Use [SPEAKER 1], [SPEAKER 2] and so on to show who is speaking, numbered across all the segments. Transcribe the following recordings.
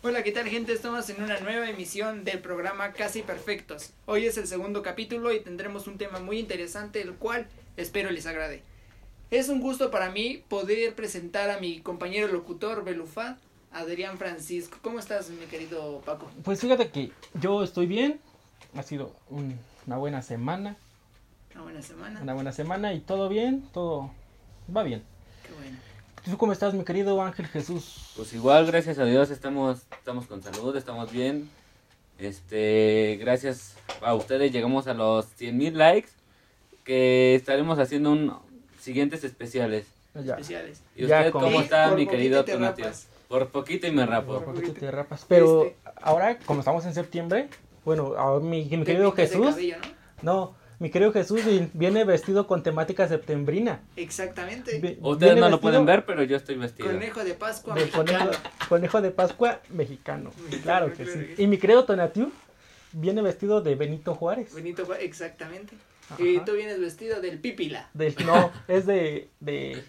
[SPEAKER 1] Hola, ¿qué tal gente? Estamos en una nueva emisión del programa Casi Perfectos. Hoy es el segundo capítulo y tendremos un tema muy interesante, el cual espero les agrade. Es un gusto para mí poder presentar a mi compañero locutor Belufá, Adrián Francisco. ¿Cómo estás, mi querido Paco?
[SPEAKER 2] Pues fíjate que yo estoy bien, ha sido un- una buena semana,
[SPEAKER 1] Una buena semana.
[SPEAKER 2] una buena semana y todo bien, todo va bien.
[SPEAKER 1] Qué bueno.
[SPEAKER 2] ¿Tú cómo estás, mi querido Ángel Jesús?
[SPEAKER 3] Pues igual, gracias a Dios, estamos, estamos con salud, estamos bien. Este, gracias a ustedes llegamos a los 100 mil likes, que estaremos haciendo un siguientes especiales.
[SPEAKER 2] Ya,
[SPEAKER 1] Especiales.
[SPEAKER 3] ¿Y
[SPEAKER 2] Ya,
[SPEAKER 3] usted
[SPEAKER 2] como-
[SPEAKER 3] cómo
[SPEAKER 2] Y
[SPEAKER 3] está,
[SPEAKER 1] por
[SPEAKER 3] mi
[SPEAKER 1] poquito
[SPEAKER 3] querido
[SPEAKER 1] te
[SPEAKER 3] Tonatio?
[SPEAKER 1] rapas.
[SPEAKER 3] Por poquito y me
[SPEAKER 2] por
[SPEAKER 3] rapo.
[SPEAKER 2] poquito te rapas. Pero ahora, como estamos en septiembre, bueno, a mi, mi querido
[SPEAKER 1] Te pintas el
[SPEAKER 2] Jesús,
[SPEAKER 1] cabello, ¿no?
[SPEAKER 2] no, mi querido Jesús vi- viene vestido con temática septembrina.
[SPEAKER 1] Exactamente.
[SPEAKER 2] Vi- viene
[SPEAKER 3] Ustedes no lo
[SPEAKER 2] vestido
[SPEAKER 3] pueden ver, pero yo estoy vestido.
[SPEAKER 1] Conejo de Pascua
[SPEAKER 2] de conejo,
[SPEAKER 1] mexicano.
[SPEAKER 2] conejo de Pascua mexicano, claro que
[SPEAKER 1] Claro
[SPEAKER 2] sí.
[SPEAKER 1] que sí.
[SPEAKER 2] Y mi querido Tonatiu viene vestido de Benito Juárez.
[SPEAKER 1] Benito, Juárez, exactamente.
[SPEAKER 2] Ajá.
[SPEAKER 1] Y tú vienes vestido del pípila.
[SPEAKER 2] Del- no, es de, de,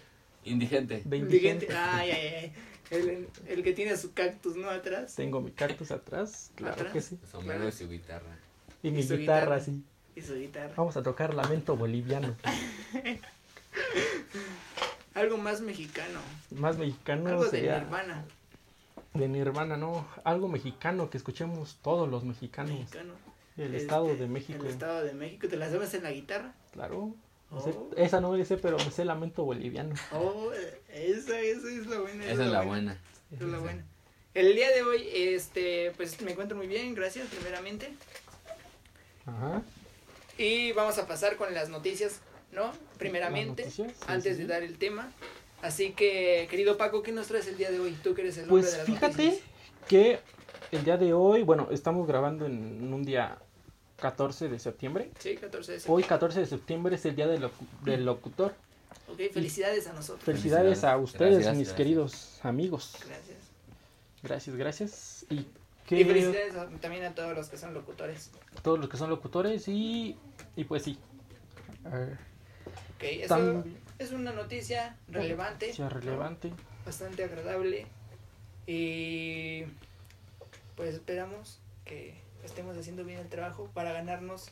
[SPEAKER 3] Indigente.
[SPEAKER 2] de
[SPEAKER 1] Indigente.
[SPEAKER 2] indigente.
[SPEAKER 1] Ay, ay, ay. El, el que tiene su cactus, ¿no? Atrás.
[SPEAKER 2] Tengo mi cactus atrás, claro
[SPEAKER 1] Atrás.
[SPEAKER 2] que sí.
[SPEAKER 3] Sombrero y su guitarra.
[SPEAKER 2] Y
[SPEAKER 1] Y
[SPEAKER 2] mi
[SPEAKER 1] su
[SPEAKER 2] guitarra,
[SPEAKER 1] guitarra.
[SPEAKER 2] sí.
[SPEAKER 1] Y su guitarra.
[SPEAKER 2] Vamos a tocar Lamento Boliviano.
[SPEAKER 1] Algo más mexicano.
[SPEAKER 2] Más mexicano
[SPEAKER 1] Algo de mi
[SPEAKER 2] sería
[SPEAKER 1] hermana.
[SPEAKER 2] de mi hermana, ¿no? Algo mexicano que escuchemos todos los mexicanos.
[SPEAKER 1] Mexicano.
[SPEAKER 2] El
[SPEAKER 1] Este,
[SPEAKER 2] Estado de México,
[SPEAKER 1] El Estado de México. ¿Te la sabes en la guitarra?
[SPEAKER 2] claro. No sé-
[SPEAKER 1] Oh.
[SPEAKER 2] Esa no me la sé, pero me sé Lamento Boliviano.
[SPEAKER 1] Oh, eh, esa, esa es la buena.
[SPEAKER 3] Esa es la buena.
[SPEAKER 1] Esa es la buena. El día de hoy, este, pues me encuentro muy bien, gracias, primeramente.
[SPEAKER 2] Ajá.
[SPEAKER 1] Y vamos a pasar con las noticias, ¿no? Primeramente,
[SPEAKER 2] Las noticias, sí,
[SPEAKER 1] antes
[SPEAKER 2] sí,
[SPEAKER 1] de
[SPEAKER 2] sí.
[SPEAKER 1] dar el tema. Así que, querido Paco, ¿qué nos traes el día de hoy? Tú que eres el hombre
[SPEAKER 2] Pues
[SPEAKER 1] de las
[SPEAKER 2] fíjate
[SPEAKER 1] noticias.
[SPEAKER 2] que el día de hoy, bueno, estamos grabando en un día 14 de septiembre.
[SPEAKER 1] Sí, 14 de septiembre.
[SPEAKER 2] Hoy 14 de septiembre es el día del locu- del locutor.
[SPEAKER 1] Ok, felicidades a nosotros.
[SPEAKER 2] Felicidades a ustedes,
[SPEAKER 3] Gracias,
[SPEAKER 2] mis
[SPEAKER 3] gracias.
[SPEAKER 2] queridos amigos.
[SPEAKER 1] Gracias.
[SPEAKER 2] Gracias, gracias. Y
[SPEAKER 1] Y
[SPEAKER 2] que
[SPEAKER 1] felicidades a- también a todos los que son locutores.
[SPEAKER 2] todos los que son locutores y, y pues sí. Eh,
[SPEAKER 1] Ok, eso
[SPEAKER 2] También.
[SPEAKER 1] es una noticia relevante.
[SPEAKER 2] sea relevante.
[SPEAKER 1] Bastante agradable. Y pues esperamos que estemos haciendo bien el trabajo para ganarnos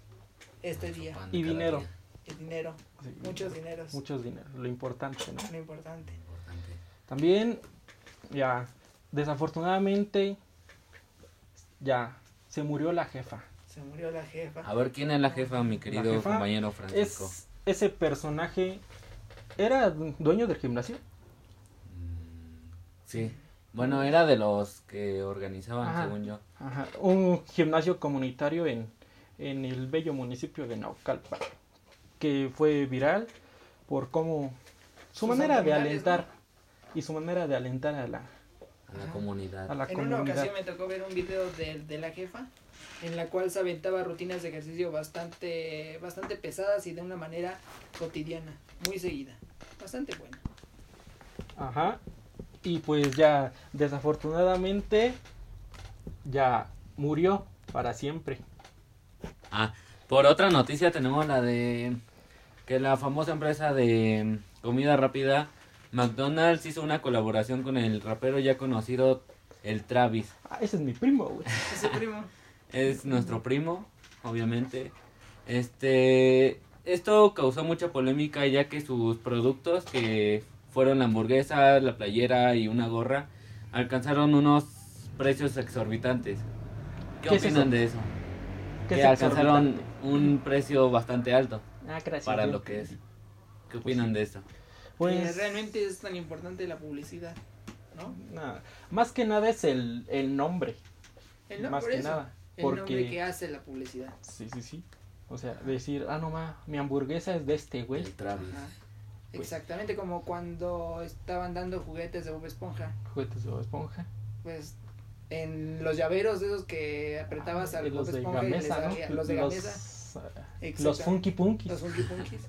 [SPEAKER 1] este día.
[SPEAKER 3] Pan
[SPEAKER 2] Y
[SPEAKER 3] cada
[SPEAKER 2] dinero.
[SPEAKER 3] día.
[SPEAKER 1] El dinero,
[SPEAKER 2] Sí,
[SPEAKER 1] muchos dineros.
[SPEAKER 2] Muchos dinero, lo importante, ¿no?
[SPEAKER 1] Lo importante.
[SPEAKER 3] Importante.
[SPEAKER 2] También, ya, desafortunadamente, ya, se murió la jefa.
[SPEAKER 1] Se murió la jefa.
[SPEAKER 3] A ver, ¿quién es la jefa, mi querido
[SPEAKER 2] jefa
[SPEAKER 3] compañero Francisco?
[SPEAKER 2] Es ese personaje, ¿era dueño del gimnasio?
[SPEAKER 3] Mm, Sí. Bueno, era de los que organizaban,
[SPEAKER 2] Ajá.
[SPEAKER 3] según yo.
[SPEAKER 2] Ajá, un gimnasio comunitario en, en el bello municipio de Naucalpan, que fue viral por cómo su
[SPEAKER 1] Sus
[SPEAKER 2] manera de
[SPEAKER 1] abdominales,
[SPEAKER 2] alentar y su manera de alentar a la,
[SPEAKER 3] A la
[SPEAKER 1] Ajá.
[SPEAKER 3] comunidad.
[SPEAKER 2] a la
[SPEAKER 1] en una
[SPEAKER 2] comunidad.
[SPEAKER 1] ocasión me tocó ver un video de, de la jefa en la cual se aventaba rutinas de ejercicio bastante, bastante pesadas y de una manera cotidiana, muy seguida. Bastante buena.
[SPEAKER 2] Ajá. Y pues ya, desafortunadamente, ya murió para siempre.
[SPEAKER 3] Ah, por otra noticia tenemos la de que la famosa empresa de comida rápida, McDonald's, hizo una colaboración con el rapero ya conocido, el Travis.
[SPEAKER 2] Ah, ese es mi primo, güey.
[SPEAKER 1] Ese primo.
[SPEAKER 3] Es nuestro primo, obviamente. Este, esto causó mucha polémica ya que sus productos, que fueron la hamburguesa, la playera y una gorra, alcanzaron unos precios exorbitantes. ¿Qué,
[SPEAKER 2] ¿Qué es
[SPEAKER 3] opinan
[SPEAKER 2] eso?
[SPEAKER 3] de eso?
[SPEAKER 2] ¿Qué
[SPEAKER 3] Que
[SPEAKER 2] es
[SPEAKER 3] alcanzaron
[SPEAKER 2] exorbitante?
[SPEAKER 3] un precio bastante alto.
[SPEAKER 2] Ah, gracias,
[SPEAKER 3] para
[SPEAKER 2] güey.
[SPEAKER 3] lo que es. ¿Qué opinan de esto?
[SPEAKER 1] Eh,
[SPEAKER 2] Pues,
[SPEAKER 1] realmente es tan importante la publicidad, ¿no?
[SPEAKER 2] nada, más que nada es el, el nombre.
[SPEAKER 1] El nombre,
[SPEAKER 2] más que
[SPEAKER 1] eso,
[SPEAKER 2] nada.
[SPEAKER 1] el nombre
[SPEAKER 2] porque...
[SPEAKER 1] que hace la publicidad.
[SPEAKER 2] Sí, sí, sí. O sea, decir, ah, no, ma, mi hamburguesa es de este, güey.
[SPEAKER 3] El Travis.
[SPEAKER 1] Ajá.
[SPEAKER 2] Pues
[SPEAKER 1] Exactamente como cuando estaban dando juguetes de Bob Esponja,
[SPEAKER 2] Juguetes de Bob esponja.
[SPEAKER 1] pues en los llaveros de esos que apretabas al
[SPEAKER 2] Ah, Y
[SPEAKER 1] Bob
[SPEAKER 2] los de
[SPEAKER 1] Esponja y les
[SPEAKER 2] gamesa,
[SPEAKER 1] salía-
[SPEAKER 2] ¿no?
[SPEAKER 1] los de Gamesa,
[SPEAKER 2] Los, ah, los
[SPEAKER 1] Exactamente.
[SPEAKER 2] funky punkies.
[SPEAKER 1] los Funky Punkies.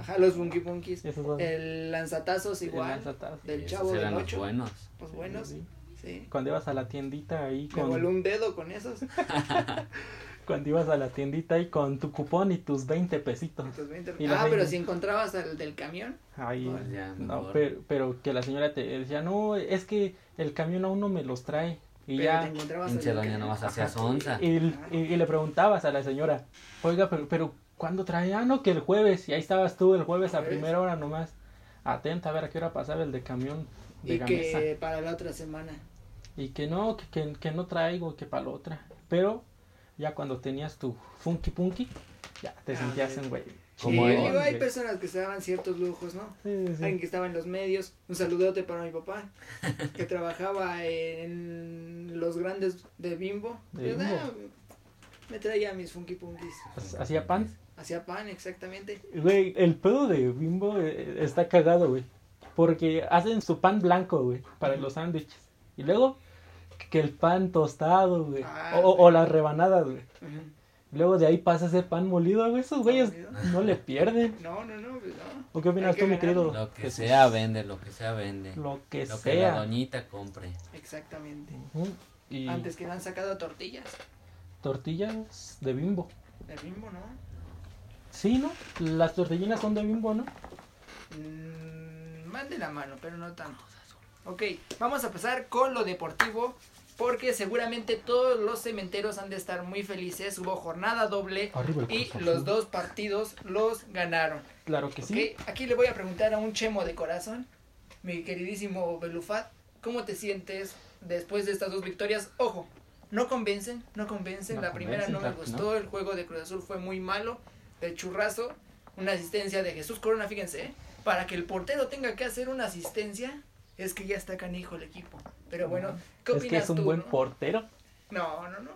[SPEAKER 1] Ajá, los Funky Punkies.
[SPEAKER 2] Esos son
[SPEAKER 1] El lanzatazos
[SPEAKER 2] el
[SPEAKER 1] igual,
[SPEAKER 2] lanzatazos.
[SPEAKER 1] del
[SPEAKER 3] Esos
[SPEAKER 1] chavo del
[SPEAKER 3] eran los
[SPEAKER 1] 8,
[SPEAKER 3] buenos.
[SPEAKER 1] los
[SPEAKER 2] Sí,
[SPEAKER 1] buenos,
[SPEAKER 2] sí.
[SPEAKER 1] sí.
[SPEAKER 2] Cuando ibas a la tiendita ahí
[SPEAKER 1] Me voló
[SPEAKER 2] con...
[SPEAKER 1] un dedo con esos,
[SPEAKER 2] Cuando ibas a la tiendita ahí con tu cupón y tus 20 pesitos.
[SPEAKER 1] los 20.
[SPEAKER 2] Y la
[SPEAKER 1] Ah, pero
[SPEAKER 2] veinte.
[SPEAKER 1] si encontrabas al del camión,
[SPEAKER 2] Ahí...
[SPEAKER 3] Pues ya,
[SPEAKER 2] No,
[SPEAKER 3] mejor.
[SPEAKER 2] pero, pero que la señora te decía, no, es que el camión aún no me los trae.
[SPEAKER 1] pero
[SPEAKER 2] Y
[SPEAKER 1] te
[SPEAKER 2] ya.
[SPEAKER 1] encontrabas a
[SPEAKER 3] Pinche
[SPEAKER 1] la
[SPEAKER 3] doña
[SPEAKER 1] cara.
[SPEAKER 3] nomás hacía sonza.
[SPEAKER 2] Y, y- y le preguntabas a la señora, oiga, pero, pero ¿cuándo trae? Ah, no, que el jueves. Y ahí estabas tú el jueves a
[SPEAKER 1] Jueves.
[SPEAKER 2] primera hora nomás. Atenta a ver a qué hora pasaba el de camión de
[SPEAKER 1] Y
[SPEAKER 2] Gamesa.
[SPEAKER 1] que para la otra semana.
[SPEAKER 2] Y que no, que, que, que no traigo, que para la otra. Pero ya cuando tenías tu funky punky, ya te
[SPEAKER 1] Ah,
[SPEAKER 2] sentías
[SPEAKER 1] ok.
[SPEAKER 2] en güey.
[SPEAKER 3] Como
[SPEAKER 1] Sí,
[SPEAKER 3] él.
[SPEAKER 1] digo, hay
[SPEAKER 2] Sí.
[SPEAKER 1] personas que se daban ciertos lujos, ¿no?
[SPEAKER 2] Sí, sí, sí.
[SPEAKER 1] Alguien que estaba en los medios. Un saludote para mi papá, que trabajaba en los grandes de Bimbo.
[SPEAKER 2] De
[SPEAKER 1] Yo,
[SPEAKER 2] Bimbo.
[SPEAKER 1] "Ah, me traía mis funky punkis.
[SPEAKER 2] Pues, Hacía pan.
[SPEAKER 1] Hacía pan, exactamente.
[SPEAKER 2] Güey, el pedo de Bimbo eh, está cagado, güey. Porque hacen su pan blanco, güey, para los sándwiches. Y luego, que el pan tostado, güey.
[SPEAKER 1] Ah,
[SPEAKER 2] o, o las rebanadas, güey.
[SPEAKER 1] Ujú.
[SPEAKER 2] Luego de ahí pasa ese pan molido, güey. Esos güeyes
[SPEAKER 1] molido.
[SPEAKER 2] no le pierden.
[SPEAKER 1] No, no, no, pues no.
[SPEAKER 2] ¿O qué
[SPEAKER 1] Hay
[SPEAKER 2] opinas
[SPEAKER 1] que
[SPEAKER 2] tú, mi
[SPEAKER 1] ganarlo.
[SPEAKER 2] querido?
[SPEAKER 3] Lo que
[SPEAKER 2] Jesús?
[SPEAKER 3] sea vende, lo que sea vende.
[SPEAKER 2] Lo que
[SPEAKER 3] Lo que la
[SPEAKER 2] sea.
[SPEAKER 3] doñita compre.
[SPEAKER 1] Exactamente.
[SPEAKER 2] Ujú. Y
[SPEAKER 1] Antes que le han sacado tortillas.
[SPEAKER 2] tortillas de Bimbo.
[SPEAKER 1] El bimbo, ¿no?
[SPEAKER 2] Sí, ¿no? Las tortillinas son de Bimbo, ¿no?
[SPEAKER 1] Mm, más de la mano, pero no tanto. Ok, vamos a pasar con lo deportivo. Porque seguramente todos los cementeros han de estar muy felices. Hubo jornada doble.
[SPEAKER 2] Arriba el
[SPEAKER 1] Y
[SPEAKER 2] Cruz Azul.
[SPEAKER 1] los dos partidos los ganaron.
[SPEAKER 2] Claro que sí.
[SPEAKER 1] Ok, aquí le voy a preguntar a un chemo de corazón, mi queridísimo Belufat, ¿cómo te sientes después de estas dos victorias? Ojo, no convencen, no convencen,
[SPEAKER 2] No
[SPEAKER 1] la primera
[SPEAKER 2] convencen,
[SPEAKER 1] no me
[SPEAKER 2] claro que no.
[SPEAKER 1] gustó, el juego de Cruz Azul fue muy malo, el churrazo, una asistencia de Jesús Corona, fíjense, ¿eh? para que el portero tenga que hacer una asistencia, es que ya está canijo el equipo. Pero bueno, ¿qué
[SPEAKER 2] Es
[SPEAKER 1] opinas
[SPEAKER 2] que es un
[SPEAKER 1] tú,
[SPEAKER 2] buen
[SPEAKER 1] no?
[SPEAKER 2] portero.
[SPEAKER 1] No, no, no.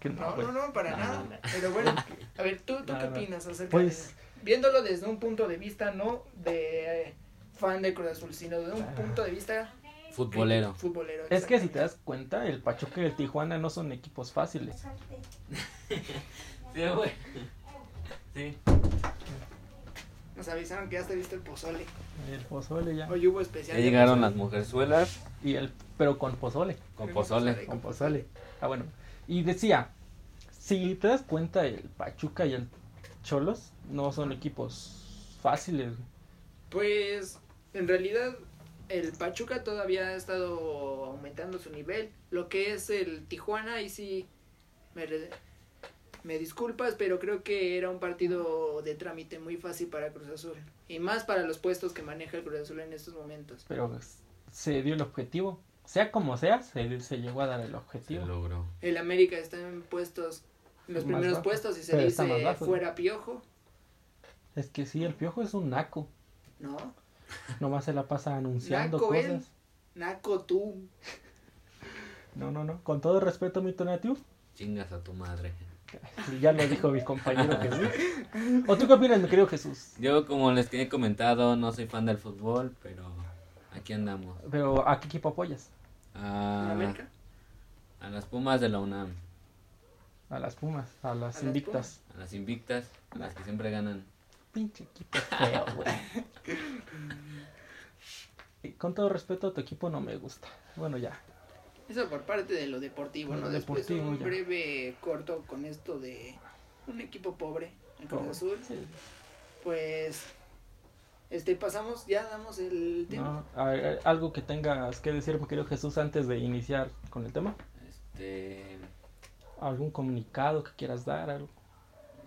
[SPEAKER 2] Que no,
[SPEAKER 1] No,
[SPEAKER 2] güey.
[SPEAKER 1] no, no, para
[SPEAKER 3] No,
[SPEAKER 1] nada.
[SPEAKER 3] no, no.
[SPEAKER 1] Pero bueno, a ver, ¿tú, tú
[SPEAKER 2] No,
[SPEAKER 1] qué
[SPEAKER 2] no.
[SPEAKER 1] opinas acerca
[SPEAKER 2] Pues-
[SPEAKER 1] de Viéndolo desde un punto de vista no de eh, fan de Cruz Azul, sino de un
[SPEAKER 2] Ah.
[SPEAKER 1] punto de vista
[SPEAKER 3] Futbolero.
[SPEAKER 1] crítico, futbolero.
[SPEAKER 2] Es que si
[SPEAKER 1] exactamente.
[SPEAKER 2] te das cuenta, el Pachuca y el Tijuana no son equipos fáciles.
[SPEAKER 3] Sí, güey. Sí.
[SPEAKER 1] Nos avisaron que ya está listo el pozole.
[SPEAKER 2] El pozole ya.
[SPEAKER 1] Hoy hubo especial.
[SPEAKER 3] Ya
[SPEAKER 1] de
[SPEAKER 3] llegaron
[SPEAKER 1] pozole.
[SPEAKER 3] las mujerzuelas
[SPEAKER 2] Y el, pero con pozole.
[SPEAKER 3] con pozole.
[SPEAKER 2] Con pozole. Ah, bueno. Y decía, si te das cuenta, el Pachuca y el Cholos no son equipos fáciles. güey.
[SPEAKER 1] Pues en realidad el Pachuca todavía ha estado aumentando su nivel. Lo que es el Tijuana, ahí sí me, re- me disculpas, pero creo que era un partido de trámite muy fácil para Cruz Azul. Y más para los puestos que maneja el Cruz Azul en estos momentos.
[SPEAKER 2] Pero pues, se dio el objetivo. Sea como sea, se, se llegó a dar el
[SPEAKER 3] Se
[SPEAKER 2] objetivo.
[SPEAKER 3] logró.
[SPEAKER 1] El América está en puestos, en los
[SPEAKER 2] Más
[SPEAKER 1] primeros
[SPEAKER 2] bajo.
[SPEAKER 1] puestos, y se
[SPEAKER 2] Pero está
[SPEAKER 1] dice
[SPEAKER 2] más bajo, ¿no?
[SPEAKER 1] fuera piojo.
[SPEAKER 2] Es que sí, el piojo es un naco.
[SPEAKER 1] No,
[SPEAKER 2] Nomás se la pasa anunciando
[SPEAKER 1] Naco él.
[SPEAKER 2] cosas.
[SPEAKER 1] Naco tú.
[SPEAKER 2] No, no, no. Con todo respeto, mi Tonatiu.
[SPEAKER 3] Chingas a tu madre.
[SPEAKER 2] Ya lo dijo mi compañero Jesús. ¿O tú qué opinas, mi querido Jesús?
[SPEAKER 3] Yo, como les he comentado, no soy fan del fútbol, pero aquí andamos.
[SPEAKER 2] Pero ¿a qué equipo apoyas?
[SPEAKER 1] ¿En
[SPEAKER 3] A,
[SPEAKER 1] América?
[SPEAKER 3] a las Pumas de la UNAM,
[SPEAKER 2] A las Pumas, a las
[SPEAKER 1] las
[SPEAKER 2] Invictas.
[SPEAKER 3] a las Invictas, a las que siempre ganan.
[SPEAKER 2] Pinche equipo feo, güey. Y Con todo respeto, tu equipo no me gusta. Bueno, ya.
[SPEAKER 1] Eso por parte de lo deportivo, ¿no?
[SPEAKER 2] Lo
[SPEAKER 1] Después
[SPEAKER 2] deportivo,
[SPEAKER 1] un
[SPEAKER 2] ya.
[SPEAKER 1] breve corto con esto de un equipo pobre, el Cruz Azul.
[SPEAKER 2] Sí.
[SPEAKER 1] Pues, este, pasamos, ya damos el tema.
[SPEAKER 2] No, a- a- algo que tengas que decir, mi querido Jesús, antes de iniciar con el tema.
[SPEAKER 3] Este,
[SPEAKER 2] ¿Algún comunicado que quieras dar? Algo?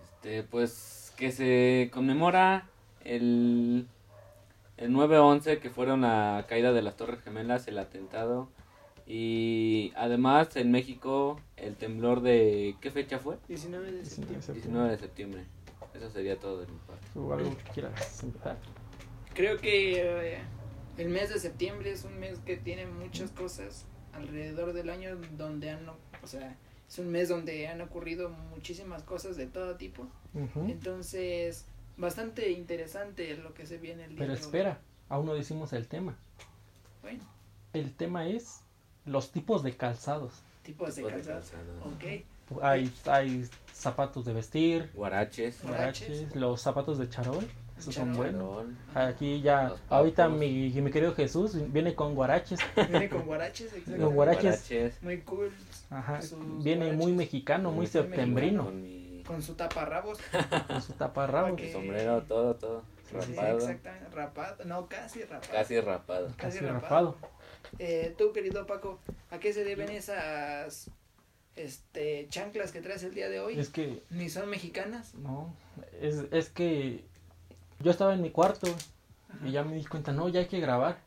[SPEAKER 3] este, pues que se conmemora el, el 9-11, que fueron la caída de las Torres Gemelas, el atentado. Y además en México, el temblor de. ¿Qué fecha fue?
[SPEAKER 1] 19 de septiembre.
[SPEAKER 3] 19 de septiembre. Eso sería todo de mi parte.
[SPEAKER 2] O algo que quieras empezar.
[SPEAKER 1] Creo que eh, el mes de septiembre es un mes que tiene muchas cosas alrededor del año donde han, o- o sea, es un mes donde han ocurrido muchísimas cosas de todo tipo.
[SPEAKER 2] Ujú.
[SPEAKER 1] Entonces, bastante interesante lo que se viene el día
[SPEAKER 2] Pero
[SPEAKER 1] de hoy.
[SPEAKER 2] espera, aún no decimos el tema.
[SPEAKER 1] Bueno,
[SPEAKER 2] El tema es los tipos de calzados.
[SPEAKER 1] tipos de
[SPEAKER 3] Tipos de
[SPEAKER 1] calzados.
[SPEAKER 3] calzado.
[SPEAKER 1] Ok.
[SPEAKER 2] Hay, hay zapatos de vestir,
[SPEAKER 3] Guaraches.
[SPEAKER 1] Guaraches.
[SPEAKER 2] guaraches, los zapatos de charol, esos son
[SPEAKER 1] Charol.
[SPEAKER 2] buenos.
[SPEAKER 3] charol,
[SPEAKER 2] Aquí ya,
[SPEAKER 3] Los papos.
[SPEAKER 2] ahorita mi, mi querido Jesús viene con guaraches.
[SPEAKER 1] Viene con guaraches,
[SPEAKER 2] Los
[SPEAKER 1] exacto.
[SPEAKER 2] guaraches.
[SPEAKER 3] guaraches,
[SPEAKER 1] Muy cool.
[SPEAKER 2] Ajá,
[SPEAKER 1] Sus
[SPEAKER 2] viene muy
[SPEAKER 1] guaraches.
[SPEAKER 2] mexicano, muy
[SPEAKER 3] Muy
[SPEAKER 2] septembrino,
[SPEAKER 3] Con mi
[SPEAKER 1] Con su taparrabos.
[SPEAKER 2] con su taparrabos.
[SPEAKER 1] Ok.
[SPEAKER 3] sombrero, todo, todo.
[SPEAKER 1] Sí,
[SPEAKER 3] rapado.
[SPEAKER 1] exactamente. Rapado. No, casi rapado.
[SPEAKER 3] casi rapado.
[SPEAKER 1] Casi
[SPEAKER 2] Casi rapado.
[SPEAKER 1] Eh, tú, querido Paco, ¿a qué se deben esas este, chanclas que traes el día de hoy?
[SPEAKER 2] Es que,
[SPEAKER 1] ¿Ni son mexicanas?
[SPEAKER 2] no, es, es que yo estaba en mi cuarto y ya me di cuenta, no, ya hay que grabar.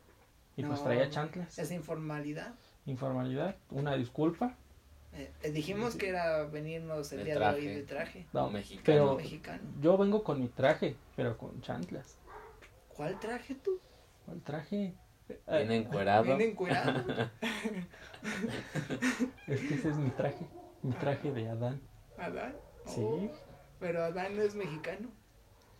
[SPEAKER 2] Y pues
[SPEAKER 1] No.
[SPEAKER 2] traía chanclas.
[SPEAKER 1] Es informalidad.
[SPEAKER 2] Informalidad, una disculpa.
[SPEAKER 1] Eh, eh, dijimos que era venirnos el
[SPEAKER 3] De
[SPEAKER 1] día de hoy
[SPEAKER 3] traje.
[SPEAKER 1] de traje.
[SPEAKER 2] No,
[SPEAKER 3] Mexicano.
[SPEAKER 2] pero
[SPEAKER 1] Mexicano.
[SPEAKER 2] yo vengo con mi traje, pero con chanclas.
[SPEAKER 1] ¿Cuál traje tú?
[SPEAKER 2] ¿Cuál traje?
[SPEAKER 3] Viene
[SPEAKER 2] Eh,
[SPEAKER 3] encuerado.
[SPEAKER 1] Bien encuerado.
[SPEAKER 2] Ah, Es que ese es mi traje, mi traje de Adán.
[SPEAKER 1] Adán.
[SPEAKER 2] Sí,
[SPEAKER 1] Oh, pero Adán no es mexicano.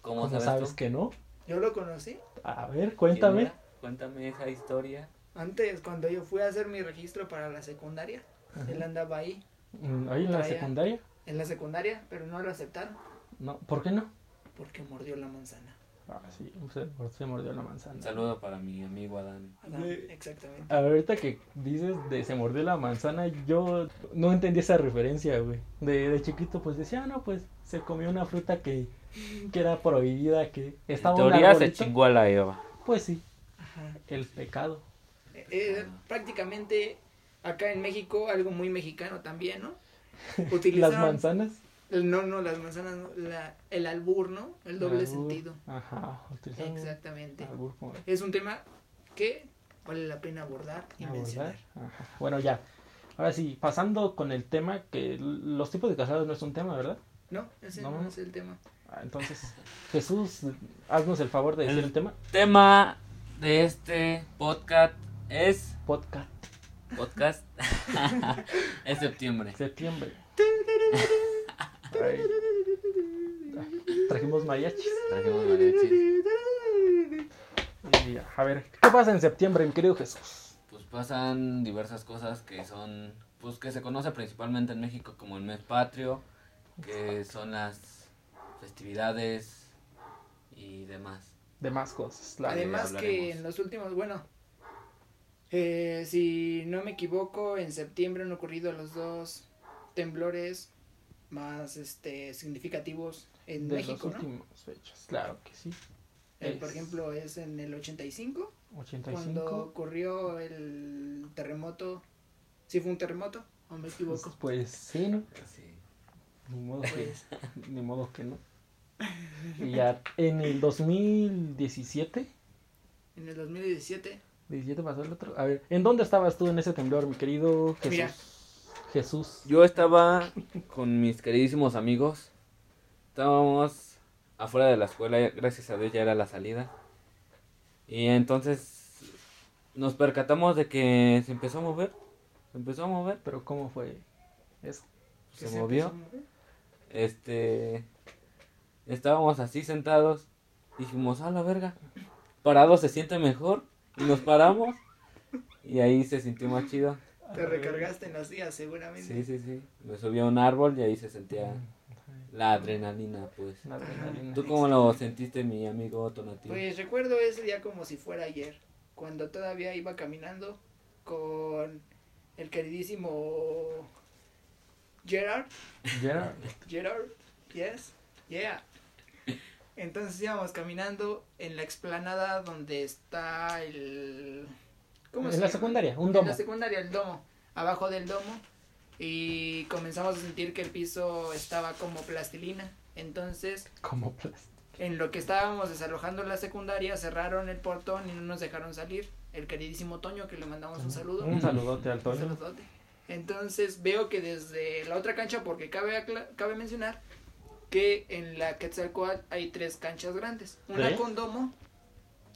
[SPEAKER 3] ¿Cómo,
[SPEAKER 2] ¿cómo
[SPEAKER 3] sabes,
[SPEAKER 2] sabes
[SPEAKER 3] tú?
[SPEAKER 2] que no?
[SPEAKER 1] Yo lo conocí
[SPEAKER 2] A ver,
[SPEAKER 3] ¿Quién
[SPEAKER 2] cuéntame.
[SPEAKER 3] era? Cuéntame esa historia.
[SPEAKER 1] antes, cuando yo fui a hacer mi registro para la secundaria.
[SPEAKER 2] Ajá.
[SPEAKER 1] Él andaba ahí,
[SPEAKER 2] Mm, ¿Ahí en la
[SPEAKER 1] Traía-
[SPEAKER 2] secundaria?
[SPEAKER 1] en la secundaria, pero no lo aceptaron
[SPEAKER 2] No, ¿por qué no?
[SPEAKER 1] porque mordió la manzana.
[SPEAKER 2] Ah, sí, se, se mordió la manzana.
[SPEAKER 3] Un saludo para mi amigo Adán.
[SPEAKER 1] Adán,
[SPEAKER 2] De-
[SPEAKER 1] exactamente.
[SPEAKER 2] Ahorita que dices de se mordió la manzana, yo no entendí esa referencia, güey. De, de chiquito, pues decía, ah, no, pues se comió una fruta que, que era prohibida, que estaba
[SPEAKER 3] en
[SPEAKER 2] un
[SPEAKER 3] teoría se
[SPEAKER 2] arbolito.
[SPEAKER 3] chingó a la Eva.
[SPEAKER 2] Pues sí,
[SPEAKER 1] Ajá.
[SPEAKER 2] el pecado.
[SPEAKER 1] Eh, eh, prácticamente acá en México, algo muy mexicano también, ¿no? Utilizaron,
[SPEAKER 2] Las manzanas.
[SPEAKER 1] No, no, las manzanas, no, la- el albur, ¿no? El doble
[SPEAKER 2] albur,
[SPEAKER 1] sentido.
[SPEAKER 2] Ajá, utilizaron
[SPEAKER 1] Exactamente.
[SPEAKER 2] albur como
[SPEAKER 1] Es un tema que vale la pena abordar y
[SPEAKER 2] abordar.
[SPEAKER 1] mencionar.
[SPEAKER 2] Ajá. Bueno, ya. Ahora sí, pasando con el tema, que l- los tipos de casados no es un tema, ¿verdad?
[SPEAKER 1] No, ese
[SPEAKER 2] No.
[SPEAKER 1] no, es el tema.
[SPEAKER 2] Ah, Entonces, Jesús, haznos el favor de decir
[SPEAKER 3] El-
[SPEAKER 2] el tema.
[SPEAKER 3] Tema de este podcast es
[SPEAKER 2] Podcast
[SPEAKER 3] podcast es septiembre.
[SPEAKER 2] septiembre. Ay. Trajimos mariachis.
[SPEAKER 3] Trajimos mariachis.
[SPEAKER 2] Y, a ver, ¿qué pasa en septiembre, mi querido Jesús?
[SPEAKER 3] Pues pasan diversas cosas que son, pues que se conoce principalmente en México como el mes patrio, que son las festividades y demás.
[SPEAKER 2] De más cosas. la-
[SPEAKER 1] Además que
[SPEAKER 3] hablaremos.
[SPEAKER 1] en los últimos, bueno, eh, si no me equivoco, en septiembre han ocurrido los dos temblores más este significativos en
[SPEAKER 2] de los
[SPEAKER 1] México, ¿no?
[SPEAKER 2] últimos fechos. Claro que sí.
[SPEAKER 1] Eh, por
[SPEAKER 2] Es
[SPEAKER 1] ejemplo, es en el 85, cuando
[SPEAKER 2] 85.
[SPEAKER 1] ocurrió el terremoto. ¿Sí fue un terremoto? ¿O me
[SPEAKER 2] Pues,
[SPEAKER 1] equivoco?
[SPEAKER 2] pues sí, ¿no?
[SPEAKER 3] Sí.
[SPEAKER 2] Ni modo que, ni modo que no. Y ya en el 2017,
[SPEAKER 1] En el 2017.
[SPEAKER 2] 17 pasó el otro. A ver, ¿en dónde estabas tú en ese temblor, mi querido Jesús?
[SPEAKER 1] Mira.
[SPEAKER 2] Jesús.
[SPEAKER 3] Yo estaba con mis queridísimos amigos. Estábamos afuera de la escuela, ya- gracias a Dios ya era la salida. Y entonces nos percatamos de que se empezó a mover. Se empezó a mover.
[SPEAKER 2] Pero ¿cómo fue eso?
[SPEAKER 3] Se
[SPEAKER 1] que
[SPEAKER 3] movió.
[SPEAKER 1] empezó a mover.
[SPEAKER 3] Este. Estábamos así sentados. Dijimos, a la verga. Parados se siente mejor. Y nos paramos. Y ahí se sintió más chido.
[SPEAKER 1] Te recargaste en las días, seguramente.
[SPEAKER 3] Sí, sí, sí. Me subí a un árbol y ahí se sentía la adrenalina, pues.
[SPEAKER 2] Una adrenalina.
[SPEAKER 3] ¿Tú cómo lo sentiste, mi amigo Tonatiuh?
[SPEAKER 1] Pues recuerdo ese día como si fuera ayer, cuando todavía iba caminando con el queridísimo Gerard,
[SPEAKER 2] Gerard.
[SPEAKER 1] Gerard, yes, yeah. Entonces íbamos caminando en la explanada donde está el...
[SPEAKER 2] En la secundaria, un
[SPEAKER 1] En
[SPEAKER 2] domo.
[SPEAKER 1] la secundaria, el domo, abajo del domo. Y comenzamos a sentir que el piso estaba como plastilina. Entonces
[SPEAKER 2] Como plástico.
[SPEAKER 1] en lo que estábamos desalojando la secundaria, cerraron el portón y no nos dejaron salir. El queridísimo Toño, que le mandamos un saludo.
[SPEAKER 2] Un saludote al
[SPEAKER 1] Un
[SPEAKER 2] Toño.
[SPEAKER 1] saludote. Entonces veo que desde la otra cancha, porque cabe, acla- cabe mencionar que en la Quetzalcoatl hay tres canchas grandes. Una
[SPEAKER 2] ¿Tres?
[SPEAKER 1] con domo,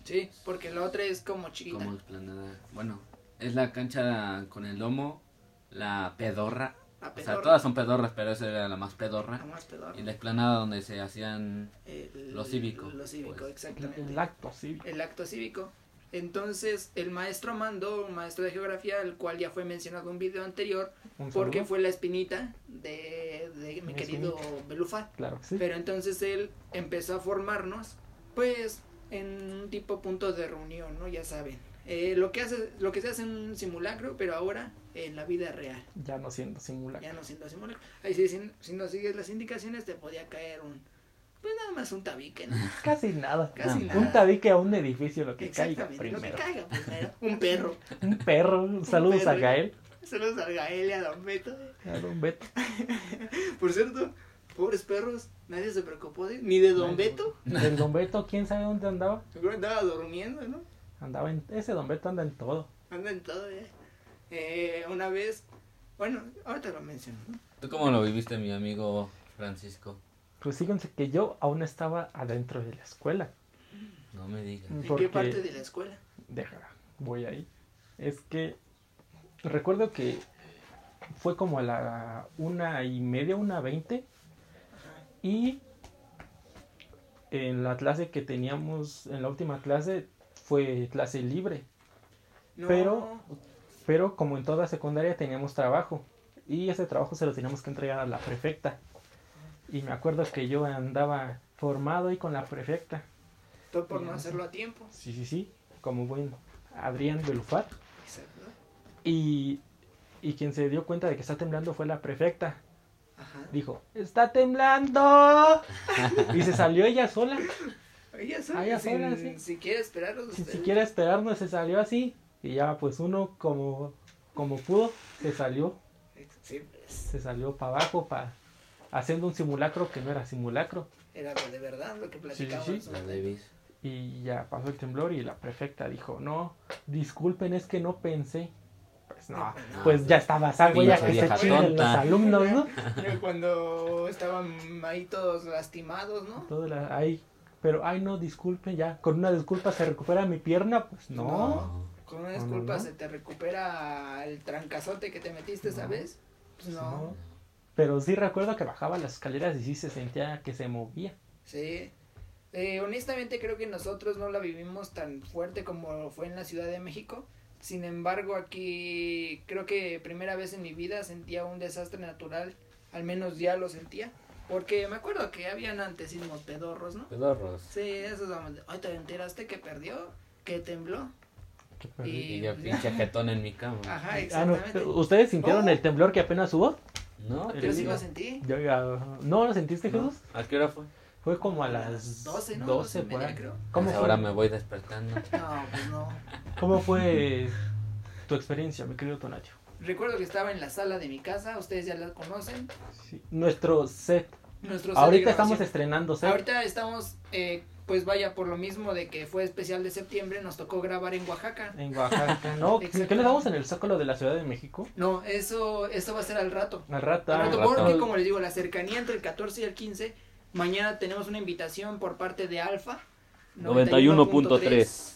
[SPEAKER 1] sí, porque la otra es como chiquita.
[SPEAKER 3] Como explanada. Bueno, es la cancha con el domo, la pedorra.
[SPEAKER 1] La
[SPEAKER 3] O sea,
[SPEAKER 1] pedorra,
[SPEAKER 3] todas son pedorras, pero esa era la más
[SPEAKER 1] la
[SPEAKER 3] pedorra.
[SPEAKER 1] más pedorra.
[SPEAKER 3] Y la explanada donde se hacían
[SPEAKER 1] El-
[SPEAKER 3] lo cívico,
[SPEAKER 1] Lo cívico,
[SPEAKER 3] pues.
[SPEAKER 1] exactamente.
[SPEAKER 2] El acto cívico.
[SPEAKER 1] el acto cívico. Entonces, el maestro mandó, un maestro de geografía, el cual ya fue mencionado en un video anterior,
[SPEAKER 2] Un
[SPEAKER 1] porque
[SPEAKER 2] saludo.
[SPEAKER 1] fue la espinita de, de mi
[SPEAKER 2] Una
[SPEAKER 1] querido Belufat.
[SPEAKER 2] Claro que sí.
[SPEAKER 1] Pero entonces él empezó a formarnos, pues, en un tipo punto de reunión, ¿no? Ya saben. Eh, lo, que hace, lo que se hace en un simulacro, pero ahora en la vida real.
[SPEAKER 2] Ya no siendo simulacro.
[SPEAKER 1] Ya no siendo simulacro. Ahí sí, si, si no sigues las indicaciones, te podía caer un, Pues nada más un tabique, ¿no?
[SPEAKER 2] Casi nada.
[SPEAKER 1] Casi
[SPEAKER 3] Ah,
[SPEAKER 1] nada.
[SPEAKER 2] Un tabique a un edificio, lo que caiga
[SPEAKER 1] Exactamente, lo que
[SPEAKER 2] primero.
[SPEAKER 1] caiga primero. Un perro.
[SPEAKER 2] Un perro. Saludos
[SPEAKER 1] perro.
[SPEAKER 2] a Gael.
[SPEAKER 1] Saludos a Gael y a Don Beto.
[SPEAKER 2] A Don Beto.
[SPEAKER 1] Por cierto, pobres perros, nadie se preocupó de... Ni de Don Beto.
[SPEAKER 2] El Don Beto, quién sabe dónde andaba.
[SPEAKER 1] Yo creo que andaba durmiendo, ¿no?
[SPEAKER 2] Andaba en. Ese Don Beto anda en todo.
[SPEAKER 1] Anda en todo, ¿eh? Eh, Una vez... Bueno, ahorita lo menciono, ¿no?
[SPEAKER 3] ¿Tú cómo lo viviste, mi amigo Francisco?
[SPEAKER 2] Pues fíjense que yo aún estaba adentro de la escuela.
[SPEAKER 3] No me digas.
[SPEAKER 1] ¿En
[SPEAKER 2] porque-
[SPEAKER 1] qué parte de la escuela?
[SPEAKER 2] Deja, voy ahí. Es que recuerdo que fue como a la una y media, una veinte. Y en la clase que teníamos, en la última clase, fue clase libre.
[SPEAKER 1] No,
[SPEAKER 2] Pero- Pero como en toda secundaria teníamos trabajo. Y ese trabajo se lo teníamos que entregar a la prefecta. Y me acuerdo que yo andaba formado ahí con la prefecta.
[SPEAKER 1] todo por no
[SPEAKER 2] eh,
[SPEAKER 1] hacerlo a tiempo.
[SPEAKER 2] Sí, sí, sí. Como buen Adrián Belufar.
[SPEAKER 1] Exacto.
[SPEAKER 2] Y, y quien se dio cuenta de que está temblando fue la prefecta.
[SPEAKER 1] Ajá.
[SPEAKER 2] Dijo, ¡está temblando! y se salió ella sola.
[SPEAKER 1] Ella sola,
[SPEAKER 2] Ah, ella
[SPEAKER 1] sin,
[SPEAKER 2] sola, sí.
[SPEAKER 1] siquiera esperarlos
[SPEAKER 2] Sin
[SPEAKER 1] ustedes.
[SPEAKER 2] siquiera esperarnos, se salió así. Y ya, pues uno como, como pudo, se salió.
[SPEAKER 1] Sí, pues,
[SPEAKER 2] Se salió para abajo, para haciendo un simulacro que no era simulacro.
[SPEAKER 1] era lo de verdad lo que
[SPEAKER 2] sí,
[SPEAKER 1] platicábamos.
[SPEAKER 2] sí.
[SPEAKER 3] La Davis.
[SPEAKER 2] Y ya pasó el temblor y la prefecta dijo, no, disculpen, es que no pensé. Pues no,
[SPEAKER 1] Este, No,
[SPEAKER 2] pues ya estaba salvo, ya
[SPEAKER 3] Pinche
[SPEAKER 2] que se
[SPEAKER 3] vieja
[SPEAKER 2] chinguen los
[SPEAKER 3] tonta.
[SPEAKER 2] alumnos, ¿no?
[SPEAKER 1] Era Cuando estaban ahí todos lastimados, ¿no?
[SPEAKER 2] Todo la- ay, pero ay no, disculpen ya, con una disculpa se recupera mi pierna, pues no.
[SPEAKER 1] No. Con una
[SPEAKER 2] No, no,
[SPEAKER 1] disculpa
[SPEAKER 2] no.
[SPEAKER 1] se te recupera el trancazote que te metiste,
[SPEAKER 2] No.
[SPEAKER 1] ¿sabes? Pues
[SPEAKER 2] pues,
[SPEAKER 1] no.
[SPEAKER 2] no. Pero sí recuerdo que bajaba las escaleras y sí se sentía que se movía.
[SPEAKER 1] Sí. Eh, honestamente creo que nosotros no la vivimos tan fuerte como fue en la Ciudad de México. Sin embargo, aquí creo que primera vez en mi vida sentía un desastre natural. Al menos ya lo sentía. Porque me acuerdo que habían antes sismos pedorros, ¿no?
[SPEAKER 3] Pedorros.
[SPEAKER 1] Sí, esos donde... Ay, te enteraste que perdió, que tembló.
[SPEAKER 2] Qué perro.
[SPEAKER 1] Y-
[SPEAKER 3] Y ya pinche jetón en mi cama.
[SPEAKER 1] pues, Ajá,
[SPEAKER 2] Ah, no,
[SPEAKER 1] exactamente.
[SPEAKER 2] ¿Ustedes sintieron
[SPEAKER 1] Oh.
[SPEAKER 2] el temblor que apenas hubo?
[SPEAKER 3] No,
[SPEAKER 2] Yo
[SPEAKER 1] Yo
[SPEAKER 3] ¿Qué
[SPEAKER 1] sí lo
[SPEAKER 3] digo?
[SPEAKER 1] sentí.
[SPEAKER 2] Yo, ya- ¿No lo sentiste,
[SPEAKER 3] No.
[SPEAKER 2] Jesús?
[SPEAKER 3] ¿A qué hora fue?
[SPEAKER 2] Fue como a las 12,
[SPEAKER 1] ¿no? 12 y
[SPEAKER 2] por
[SPEAKER 1] media,
[SPEAKER 2] ahí.
[SPEAKER 1] creo.
[SPEAKER 2] ¿Cómo
[SPEAKER 3] Pues
[SPEAKER 2] fue,
[SPEAKER 3] ahora me voy despertando.
[SPEAKER 1] No, pues no.
[SPEAKER 2] ¿Cómo fue tu experiencia, mi querido Tonacho?
[SPEAKER 1] Recuerdo que estaba en la sala de mi casa, ustedes ya la conocen.
[SPEAKER 2] Nuestro set.
[SPEAKER 1] Nuestro set de
[SPEAKER 2] Ahorita estamos
[SPEAKER 1] grabación.
[SPEAKER 2] estrenando set.
[SPEAKER 1] Ahorita estamos, eh, pues vaya, por lo mismo de que fue especial de septiembre, nos tocó grabar en Oaxaca.
[SPEAKER 2] En Oaxaca. No,
[SPEAKER 1] Exacto.
[SPEAKER 2] ¿qué nos damos en el Zócalo de la Ciudad de México?
[SPEAKER 1] No, eso, eso va a ser al rato.
[SPEAKER 2] Al rato.
[SPEAKER 1] Al rato,
[SPEAKER 3] al rato.
[SPEAKER 1] porque como les digo, la cercanía entre el 14 y el 15, mañana tenemos una invitación por parte de Alfa.
[SPEAKER 3] 91.3.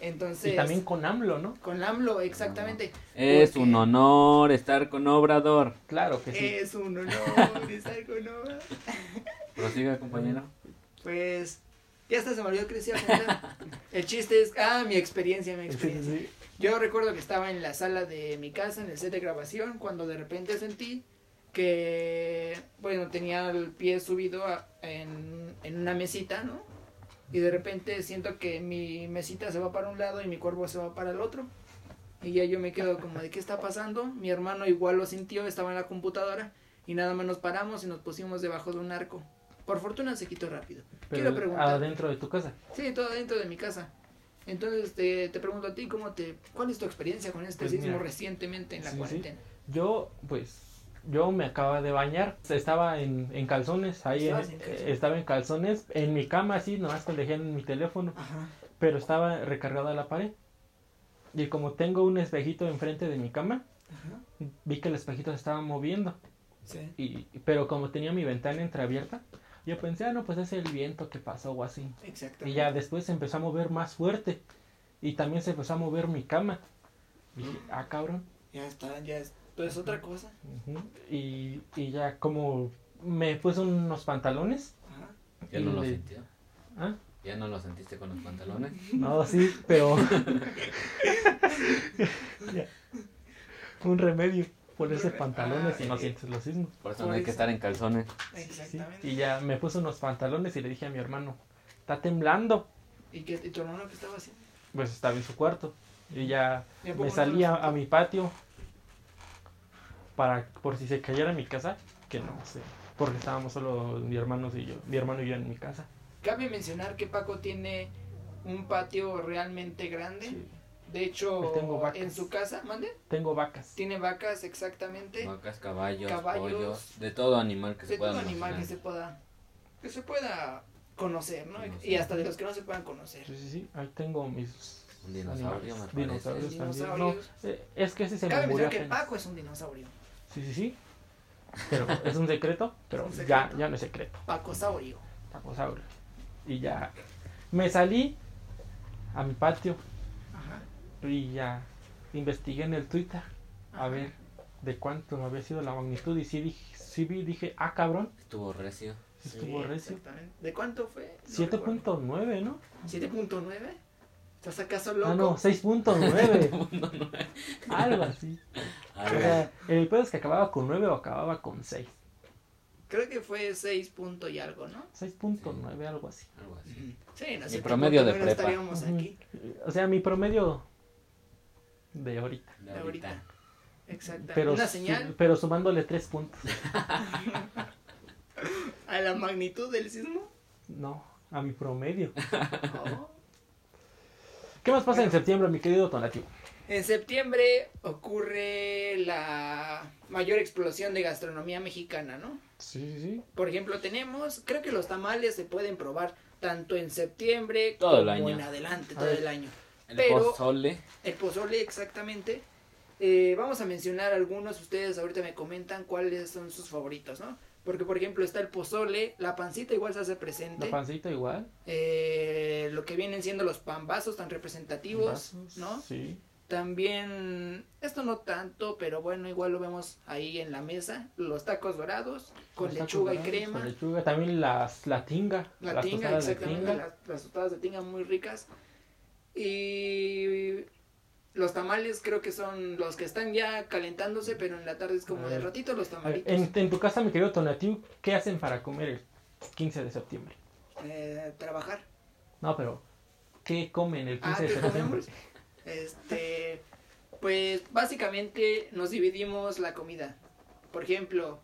[SPEAKER 1] Entonces,
[SPEAKER 2] Y también con AMLO, ¿no?
[SPEAKER 1] con AMLO, exactamente.
[SPEAKER 3] Es
[SPEAKER 1] Porque
[SPEAKER 3] un honor estar con Obrador.
[SPEAKER 2] Claro que sí.
[SPEAKER 1] Es un honor estar con Obrador.
[SPEAKER 3] Prosiga, compañero.
[SPEAKER 1] Pues, ya hasta se me olvidó que les iba a contar. El chiste es, ah, mi experiencia, mi
[SPEAKER 2] Sí, sí,
[SPEAKER 1] experiencia.
[SPEAKER 2] sí.
[SPEAKER 1] Yo recuerdo que estaba en la sala de mi casa, en el set de grabación, cuando de repente sentí que, bueno, tenía el pie subido a- en, en una mesita, ¿no? Y de repente siento que mi mesita se va para un lado y mi cuerpo se va para el otro. Y ya yo me quedo como, ¿de qué está pasando? Mi hermano igual lo sintió, estaba en la computadora y nada más nos paramos y nos pusimos debajo de un arco. Por fortuna se quitó rápido. Quiero
[SPEAKER 2] Pero
[SPEAKER 1] preguntar.
[SPEAKER 2] adentro de tu casa.
[SPEAKER 1] Sí, todo dentro de mi casa. Entonces te, te pregunto a ti, ¿cómo te, ¿cuál es tu experiencia con este
[SPEAKER 2] Pues
[SPEAKER 1] sismo
[SPEAKER 2] mira.
[SPEAKER 1] recientemente en la
[SPEAKER 2] Sí, sí.
[SPEAKER 1] cuarentena?
[SPEAKER 2] Yo, pues, yo me acababa de bañar. Estaba en, en calzones, ahí en-
[SPEAKER 1] Estabas en calzones.
[SPEAKER 2] eh, estaba en calzones, en mi cama así, nomás que dejé en mi teléfono,
[SPEAKER 1] Ajá.
[SPEAKER 2] pero estaba recargada la pared. Y como tengo un espejito enfrente de mi cama,
[SPEAKER 1] Ajá.
[SPEAKER 2] vi que el espejito se estaba moviendo.
[SPEAKER 1] Sí.
[SPEAKER 2] Y, pero como tenía mi ventana entreabierta, yo pensé, ah, no, pues es el viento que pasó o así.
[SPEAKER 1] Exacto.
[SPEAKER 2] Y ya después se empezó a mover más fuerte. Y también se empezó a mover mi cama. Dije, ah, cabrón.
[SPEAKER 1] Ya está, ya es. Pues es otra cosa.
[SPEAKER 2] Ujú. y, y ya como me puse unos pantalones.
[SPEAKER 1] Ajá.
[SPEAKER 3] Ya no lo
[SPEAKER 2] Sí.
[SPEAKER 3] sintió.
[SPEAKER 2] ¿Ah?
[SPEAKER 3] Ya no lo sentiste con los pantalones.
[SPEAKER 2] No, sí, pero... Ya. Un remedio. Ponerse
[SPEAKER 1] re-
[SPEAKER 2] pantalones
[SPEAKER 1] ah,
[SPEAKER 2] y no
[SPEAKER 1] eh.
[SPEAKER 2] sientes los sismos.
[SPEAKER 3] Por eso no
[SPEAKER 1] Por
[SPEAKER 3] hay que
[SPEAKER 1] eso.
[SPEAKER 3] estar en calzones.
[SPEAKER 2] Sí,
[SPEAKER 1] Exactamente.
[SPEAKER 2] Y ya me puse unos pantalones y le dije a mi hermano, está temblando.
[SPEAKER 1] ¿Y, qué, y tu hermano qué estaba haciendo?
[SPEAKER 2] Pues estaba en su cuarto. Y ya
[SPEAKER 1] Ya
[SPEAKER 2] me
[SPEAKER 1] poco
[SPEAKER 2] salí a,
[SPEAKER 1] no
[SPEAKER 2] a mi patio para por si se cayera mi casa, que no se porque estábamos solo mi hermano y yo, mi hermano y yo en mi casa.
[SPEAKER 1] Cabe mencionar que Paco tiene un patio realmente grande.
[SPEAKER 2] Sí.
[SPEAKER 1] De hecho,
[SPEAKER 2] Yo tengo vacas.
[SPEAKER 1] en su casa, ¿mande?
[SPEAKER 2] Tengo vacas.
[SPEAKER 1] Tiene vacas exactamente.
[SPEAKER 3] Vacas, caballos,
[SPEAKER 1] Caballos.
[SPEAKER 3] pollos, de todo animal que
[SPEAKER 1] de
[SPEAKER 3] se pueda
[SPEAKER 1] todo animal que se
[SPEAKER 3] imaginar.
[SPEAKER 1] pueda que se pueda conocer, ¿no?
[SPEAKER 3] Conocer.
[SPEAKER 1] Y hasta de los que no se puedan conocer.
[SPEAKER 2] Sí, sí, sí, ahí tengo mis
[SPEAKER 3] Un dinosaurio,
[SPEAKER 2] animales.
[SPEAKER 3] me
[SPEAKER 2] Dinosaurios
[SPEAKER 1] parece.
[SPEAKER 2] también.
[SPEAKER 1] Dinosaurios.
[SPEAKER 2] No, eh, es que ese se
[SPEAKER 1] Cabe
[SPEAKER 2] me murió
[SPEAKER 1] mencionar que
[SPEAKER 2] apenas.
[SPEAKER 1] Paco es un dinosaurio.
[SPEAKER 2] Sí, sí, sí. Pero es un secreto, pero
[SPEAKER 1] un
[SPEAKER 2] ya,
[SPEAKER 1] secreto.
[SPEAKER 2] ya no es secreto.
[SPEAKER 1] Pacosaurio.
[SPEAKER 2] Pacosaurio. Y ya. Me salí a mi patio
[SPEAKER 1] Ajá.
[SPEAKER 2] y ya investigué en el Twitter a
[SPEAKER 1] Ajá.
[SPEAKER 2] ver de cuánto había sido la magnitud. Y sí, dije, sí vi, dije, ah, cabrón,
[SPEAKER 3] Estuvo recio.
[SPEAKER 2] sí estuvo
[SPEAKER 1] Sí,
[SPEAKER 2] recio.
[SPEAKER 1] exactamente. ¿De cuánto fue? No recuerdo.
[SPEAKER 2] 7.9, ¿no?
[SPEAKER 1] 7.9. ¿Estás acaso loco?
[SPEAKER 2] Ah, no, 6.9. algo así.
[SPEAKER 3] A
[SPEAKER 2] O
[SPEAKER 3] ver,
[SPEAKER 2] sea, el pedo es que acababa con 9 o acababa con 6.
[SPEAKER 1] Creo que fue 6 punto y algo, ¿no?
[SPEAKER 2] 6.9, algo así.
[SPEAKER 3] algo así.
[SPEAKER 1] Sí, no sé.
[SPEAKER 3] promedio de prepa.
[SPEAKER 1] estaríamos
[SPEAKER 2] Ujú.
[SPEAKER 1] aquí.
[SPEAKER 2] O sea, mi promedio de ahorita.
[SPEAKER 3] De
[SPEAKER 1] De ahorita.
[SPEAKER 3] ahorita.
[SPEAKER 1] Exactamente.
[SPEAKER 2] Pero,
[SPEAKER 1] Una
[SPEAKER 2] su-
[SPEAKER 1] señal
[SPEAKER 2] pero sumándole tres puntos.
[SPEAKER 1] a la magnitud del sismo.
[SPEAKER 2] No, a mi promedio.
[SPEAKER 1] Oh.
[SPEAKER 2] ¿Qué más pasa en septiembre, mi querido Tonatiuh?
[SPEAKER 1] En septiembre ocurre la mayor explosión de gastronomía mexicana, ¿no?
[SPEAKER 2] Sí, sí, sí.
[SPEAKER 1] Por ejemplo, tenemos, creo que los tamales se pueden probar tanto en septiembre
[SPEAKER 3] Todo el
[SPEAKER 1] como
[SPEAKER 3] año.
[SPEAKER 1] en adelante,
[SPEAKER 2] A
[SPEAKER 1] todo
[SPEAKER 2] ver.
[SPEAKER 1] el año.
[SPEAKER 3] El
[SPEAKER 1] Pero-
[SPEAKER 3] pozole.
[SPEAKER 1] El pozole, exactamente. Eh, vamos a mencionar algunos, ustedes ahorita me comentan cuáles son sus favoritos, ¿no? Porque, por ejemplo, está el pozole, la pancita igual se hace presente.
[SPEAKER 2] La pancita igual.
[SPEAKER 1] eh, lo que vienen siendo los pambazos tan representativos,
[SPEAKER 2] vasos,
[SPEAKER 1] ¿no?
[SPEAKER 2] Sí.
[SPEAKER 1] También, esto no tanto, pero bueno, igual lo vemos ahí en la mesa. Los tacos dorados con
[SPEAKER 2] Los tacos
[SPEAKER 1] lechuga y
[SPEAKER 2] dorados,
[SPEAKER 1] crema.
[SPEAKER 2] Con lechuga. También las, la tinga.
[SPEAKER 1] La
[SPEAKER 2] las
[SPEAKER 1] tinga,
[SPEAKER 2] tostadas de
[SPEAKER 1] exactamente.
[SPEAKER 2] tinga.
[SPEAKER 1] Las, las tostadas de tinga muy ricas. Y los tamales creo que son los que están ya calentándose, pero en la tarde es como
[SPEAKER 2] A
[SPEAKER 1] de
[SPEAKER 2] ver.
[SPEAKER 1] ratito los
[SPEAKER 2] A ver,
[SPEAKER 1] tamalitos.
[SPEAKER 2] En, en tu casa, mi querido Tonatiuh, ¿qué hacen para comer el 15 de septiembre?
[SPEAKER 1] Eh, trabajar.
[SPEAKER 2] No, pero ¿qué comen el 15
[SPEAKER 1] Ah,
[SPEAKER 2] de
[SPEAKER 1] ¿qué
[SPEAKER 2] septiembre?
[SPEAKER 1] comemos? Este, pues básicamente nos dividimos la comida. Por ejemplo,